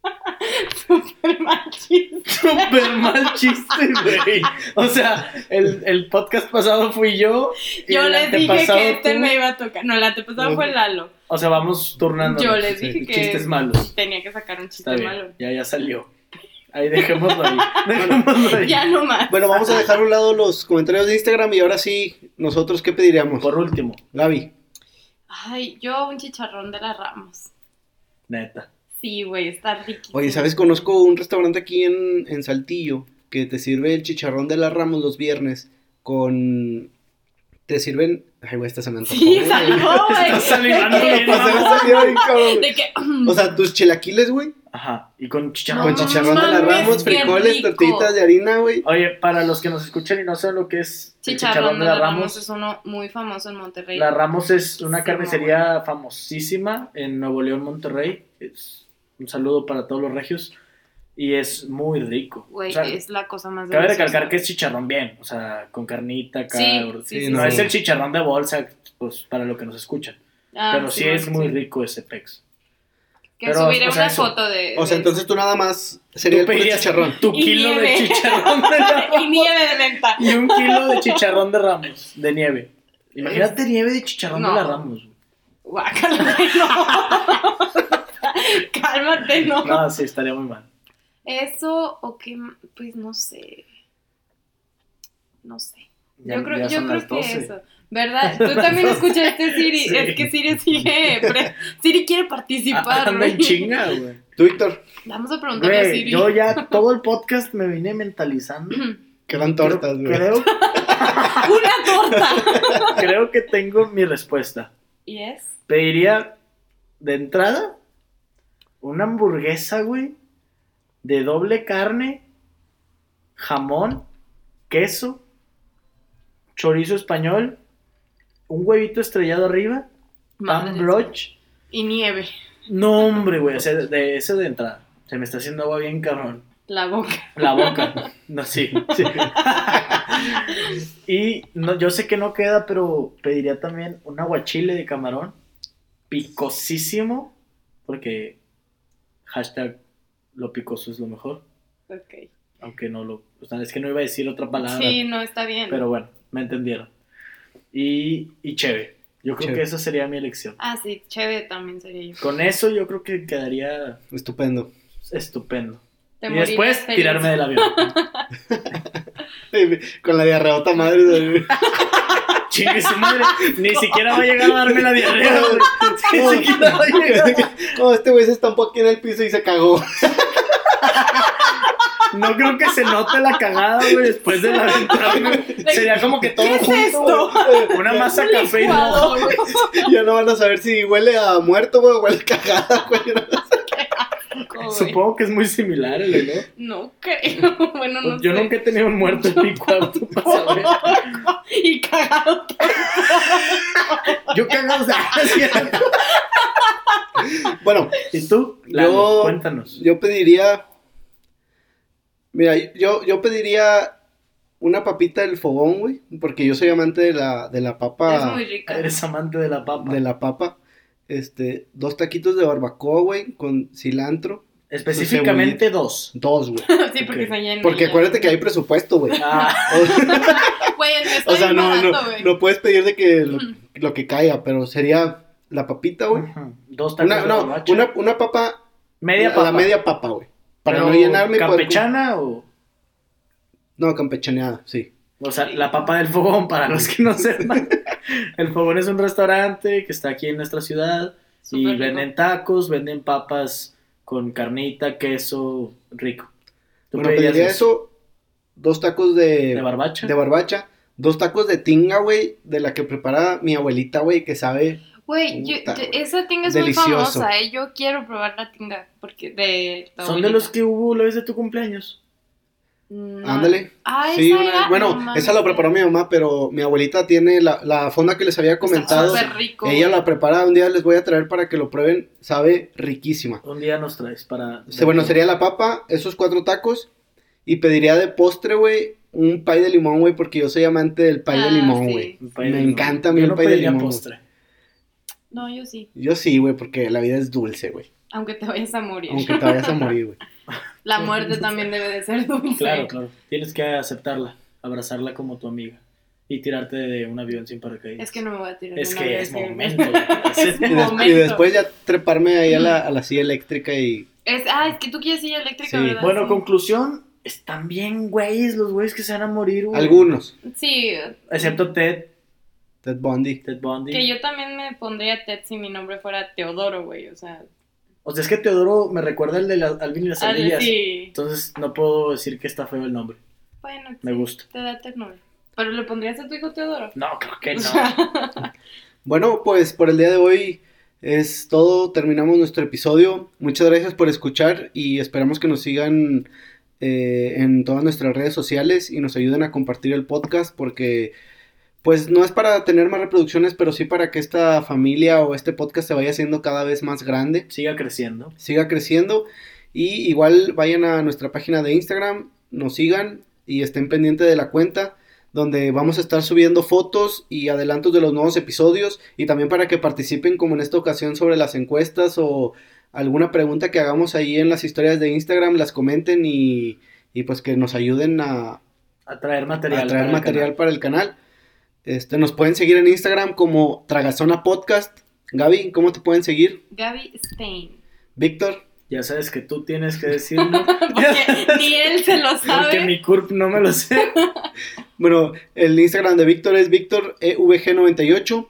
S3: Super machista.
S4: Súper mal chiste, güey. O sea, el, el podcast pasado fui yo. y
S3: Yo
S4: el
S3: les dije
S4: antepasado
S3: que este
S4: tú.
S3: me iba a tocar. No, el antepasado fue Lalo.
S4: O sea, vamos turnando.
S3: Yo les dije que
S4: Chistes malos.
S3: tenía que sacar un chiste
S4: Está bien,
S3: malo.
S4: ya, ya salió. Ahí dejémoslo ahí. Dejémoslo ahí.
S3: Ya no más.
S2: Bueno, vamos a dejar a un lado los comentarios de Instagram y ahora sí, nosotros, ¿qué pediríamos?
S4: Por último,
S2: Gaby.
S3: Ay, yo un chicharrón de las Ramos.
S4: neta.
S3: Sí, güey, está riquísimo.
S2: Oye, ¿sabes? Conozco un restaurante aquí en, en Saltillo que te sirve el chicharrón de las Ramos los viernes con... Te sirven... Ay, güey, esta se me antojó,
S3: Sí,
S2: güey.
S3: salió, güey.
S4: Está salivando
S3: De que-
S4: bien,
S2: O sea, me salió bien, cabrón.
S3: De que. oh,
S2: O sea, tus chilaquiles, güey,
S4: Ajá. Y con chicharrón.
S2: con
S3: No
S2: chicharrón de las
S3: mames,
S2: Ramos,
S3: qué
S2: frijoles,
S3: rico.
S2: tortillitas de harina, güey.
S4: Oye, para los que nos escuchan y no saben lo que es el
S3: Chicharrón de las Ramos es uno muy famoso en Monterrey.
S4: La Ramos es una
S3: Sí,
S4: carnicería famosísima en Nuevo León, Monterrey. Es- un saludo para todos los regios. Y es muy rico.
S3: Güey,
S4: O sea,
S3: es la cosa más
S4: cabe
S3: deliciosa.
S4: recalcar que es chicharrón bien. O sea, con carnita,
S3: Sí,
S4: calor.
S3: sí,
S2: sí,
S4: no
S2: sí.
S4: es el chicharrón de bolsa, pues para lo que nos escuchan.
S3: Ah,
S4: pero sí, es
S3: sí.
S4: muy rico ese pex.
S3: Que
S4: pero,
S3: subiré
S4: o sea,
S3: una
S4: eso.
S3: foto de.
S2: O sea,
S3: de-
S2: entonces tú nada más sería el
S4: Tú
S2: puro
S4: pedirías
S2: chicharrón.
S4: Tu
S3: Y
S4: kilo de
S3: nieve.
S4: chicharrón de
S3: Y
S4: Ramos.
S3: nieve de menta.
S4: y un kilo de chicharrón de Ramos. De nieve. Imagínate nieve de chicharrón
S3: No.
S4: de la Ramos. güey.
S3: Guácala, no. Cálmate, no.
S4: No, sí, estaría muy mal.
S3: Eso o qué, m- pues no sé. No sé.
S4: Ya-
S3: yo creo,
S4: ya
S3: yo
S4: son
S3: creo
S4: las
S3: que
S4: 12.
S3: eso. ¿Verdad? Tú también escuchaste Siri.
S4: Sí.
S3: Es que Siri sigue. pre- Siri quiere participar.
S4: Ah, Anda en
S3: güey.
S4: chinga, güey.
S2: Tú, Víctor,
S3: Vamos a preguntarle a
S4: Güey,
S3: Siri.
S4: yo ya todo el podcast me vine mentalizando.
S2: que van tortas,
S4: Creo-
S2: güey.
S4: Creo,
S3: Una torta.
S4: creo que tengo mi respuesta.
S3: ¿Y es?
S4: Pediría de entrada una hamburguesa, güey, de doble carne, jamón, queso, chorizo español, un huevito estrellado arriba, pan
S3: Madres.
S4: broch.
S3: Y nieve.
S4: No, hombre, güey, o sea, de eso de entrada. Se me está haciendo agua bien cabrón.
S3: La boca.
S4: La boca. No, sí. sí. y no, yo sé que no queda, pero pediría también un aguachile de camarón. Picosísimo. Porque hashtag lo picoso es lo mejor.
S3: Ok.
S4: Aunque no lo... O sea, es que no iba a decir otra palabra.
S3: Sí, no está bien.
S4: Pero bueno, me entendieron. Y, y cheve. Yo creo
S2: Cheve.
S4: que esa sería mi elección.
S3: Ah, sí, chévere también sería yo.
S4: Con eso yo creo que quedaría
S2: Estupendo.
S4: estupendo.
S3: Te
S4: y
S3: morirías
S4: después
S3: feliz.
S4: tirarme del avión.
S2: Con la diarreota madre. güey.
S4: Chingue su madre. Ni siquiera va a llegar a darme la diarrea, güey. Ni siquiera va a llegar.
S2: No, este güey se estampó aquí en el piso y se cagó.
S4: No creo que se note la cagada, güey, después de la ventana. Sería como que todo
S3: ¿Qué es
S4: junto,
S3: esto?
S4: güey. Una masa
S3: Un
S4: café y
S3: licuado,
S4: rojo.
S3: güey.
S2: Ya no van a saber si huele a muerto, güey, o huele a cagada, güey.
S3: Como, güey.
S4: Supongo que es muy similar el olor.
S3: No creo. Bueno, no
S4: Pues yo
S3: sé.
S4: nunca he tenido un muerto en mi cuarto para saber. ¿eh?
S3: y cagado.
S4: Yo cagado. así era.
S2: Bueno,
S4: ¿Y tú? Lalo,
S2: Yo-
S4: Cuéntanos.
S2: yo pediría. Mira, yo, yo pediría una papita del fogón, güey. Porque yo soy amante de la, de la papa.
S3: Es muy rica.
S4: Ah, Eres amante de la papa.
S2: de la papa. Este, dos taquitos de barbacoa, güey, con cilantro.
S4: Específicamente dos.
S2: Dos, güey.
S3: sí, porque
S4: Ok.
S3: se llena.
S2: Porque acuérdate que hay presupuesto, güey.
S4: Ah,
S3: Güey, el mío está
S2: O sea,
S3: bien
S2: no,
S3: barato,
S2: no,
S3: güey.
S2: no puedes pedir de que lo, lo que caiga, pero sería la papita, güey.
S4: ujú. dos tacos
S2: Una,
S4: de
S2: no,
S4: borracho.
S2: una, una papa,
S4: media
S2: la-
S4: papa.
S2: la media papa, güey. Para
S4: Pero,
S2: no llenarme. y poder-
S4: ¿Campechana o...?
S2: No, campechaneada, sí.
S4: O sea, la papa del fogón, para los que no sepan. El fogón es un restaurante que está aquí en nuestra ciudad y
S3: Súper rico.
S4: venden tacos, venden papas con carnita, queso, rico. ¿Tú
S2: Bueno,
S4: pedirías
S2: pediría eso, dos tacos de,
S4: ¿De barbacha?
S2: de barbacha, dos tacos de tinga, güey, de la que prepara mi abuelita, güey, que sabe.
S3: Güey, yo-
S2: Puta,
S3: yo-
S2: güey.
S3: esa tinga es
S2: Delicioso.
S3: muy famosa, ¿eh? Yo quiero probar la tinga. Porque de. tu
S4: Son
S3: abuelita.
S4: de los que hubo la vez de tu cumpleaños.
S3: No.
S2: Ándale.
S3: Ah,
S2: Sí,
S3: esa
S2: una-
S3: era-
S2: bueno,
S3: no mames.
S2: esa la preparó mi mamá, pero mi abuelita tiene la, la fonda que les había
S3: Está
S2: comentado.
S3: súper rico,
S2: Ella
S3: güey.
S2: la prepara, un día les voy a traer para que lo prueben, sabe riquísima.
S4: Un día nos traes para...
S2: Se- Bueno, sería la papa, esos cuatro tacos, y pediría de postre, güey, un pay de limón, güey, porque yo soy amante del pay de
S3: Ah,
S2: limón,
S3: sí.
S2: güey.
S4: Un pay de
S2: me
S4: limón.
S2: encanta a mí
S4: Yo
S2: el
S4: no
S2: pay de
S4: pediría
S2: limón,
S4: postre.
S3: No, yo sí.
S2: Yo sí, güey, porque la vida es dulce, güey.
S3: Aunque te vayas a morir.
S2: Aunque te vayas a morir, güey.
S3: La muerte también debe de ser dulce.
S4: Claro, claro. Tienes que aceptarla, abrazarla como tu amiga. y tirarte de un avión sin paracaídas.
S3: Es que no me voy a tirar.
S4: Es
S3: una
S4: que
S3: vez,
S4: es
S3: sí.
S4: momento. güey.
S3: Es
S2: Y, des- y
S3: Momento.
S2: después ya treparme ahí a la, a la silla eléctrica y
S3: Es- ah, es que tú quieres silla eléctrica,
S2: Sí.
S3: ¿verdad?
S4: Bueno,
S3: Sí.
S4: conclusión, están bien güeyes los güeyes que se van a morir, güey.
S2: algunos.
S3: Sí,
S4: Excepto Ted,
S2: Ted Bundy.
S4: Ted Bundy.
S3: que yo también me pondría Ted si mi nombre fuera Teodoro, güey. O sea,
S4: O sea, es que Teodoro me recuerda el de la, Alvin y las
S3: ah,
S4: ardillas.
S3: sí.
S4: Entonces no puedo decir que está feo el nombre.
S3: Bueno,
S4: Me
S3: sí,
S4: gusta.
S3: Te da ternura. Pero le pondrías a tu hijo Teodoro.
S4: No, creo que
S3: O
S4: no.
S3: sea,
S2: Bueno, pues por el día de hoy es todo. Terminamos nuestro episodio. Muchas gracias por escuchar y esperamos que nos sigan eh, en todas nuestras redes sociales y nos ayuden a compartir el podcast porque pues no es para tener más reproducciones, pero sí para que esta familia o este podcast se vaya haciendo cada vez más grande.
S4: Siga creciendo.
S2: siga creciendo. Y igual vayan a nuestra página de Instagram, nos sigan y estén pendientes de la cuenta donde vamos a estar subiendo fotos y adelantos de los nuevos episodios y también para que participen como en esta ocasión sobre las encuestas o alguna pregunta que hagamos ahí en las historias de Instagram, las comenten y, y pues que nos ayuden a,
S4: A traer material.
S2: a
S4: para
S2: traer
S4: el
S2: material
S4: canal.
S2: para el canal. Este, nos pueden seguir en Instagram como Tragazona Podcast. Gaby, ¿cómo te pueden seguir?
S3: Gaby Stein.
S2: Víctor.
S4: Ya sabes que tú tienes que decirlo.
S3: Porque ni él se lo
S4: porque
S3: sabe.
S4: mi CURP no me lo sé.
S2: Bueno, el Instagram de Víctor E es VíctorEVG98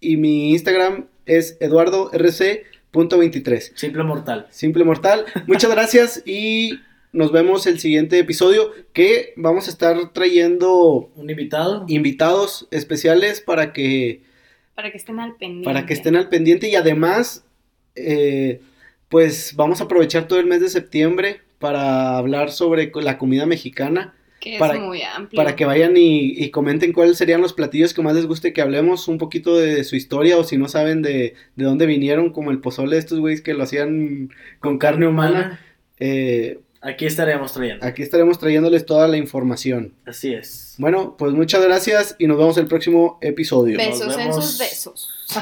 S2: y mi Instagram es EduardoRC.23.
S4: Simple mortal.
S2: Simple Mortal, muchas gracias y nos vemos el siguiente episodio que vamos a estar trayendo
S4: Un invitado.
S2: invitados especiales para que,
S3: Para que estén al pendiente.
S2: para que estén al pendiente y además eh, pues vamos a aprovechar todo el mes de septiembre para hablar sobre co- la comida mexicana.
S3: Que es
S2: para-
S3: muy amplio.
S2: para que vayan y, y comenten cuáles serían los platillos que más les guste que hablemos, un poquito de su historia o si no saben de, de dónde vinieron, como el pozole de estos güeyes que lo hacían con carne humana. Eh,
S4: Aquí estaremos trayendo.
S2: aquí estaremos trayéndoles toda la información.
S4: Así es.
S2: Bueno, pues muchas gracias y nos vemos el próximo episodio.
S3: Besos
S4: Nos
S3: en sus
S4: vemos.
S3: besos.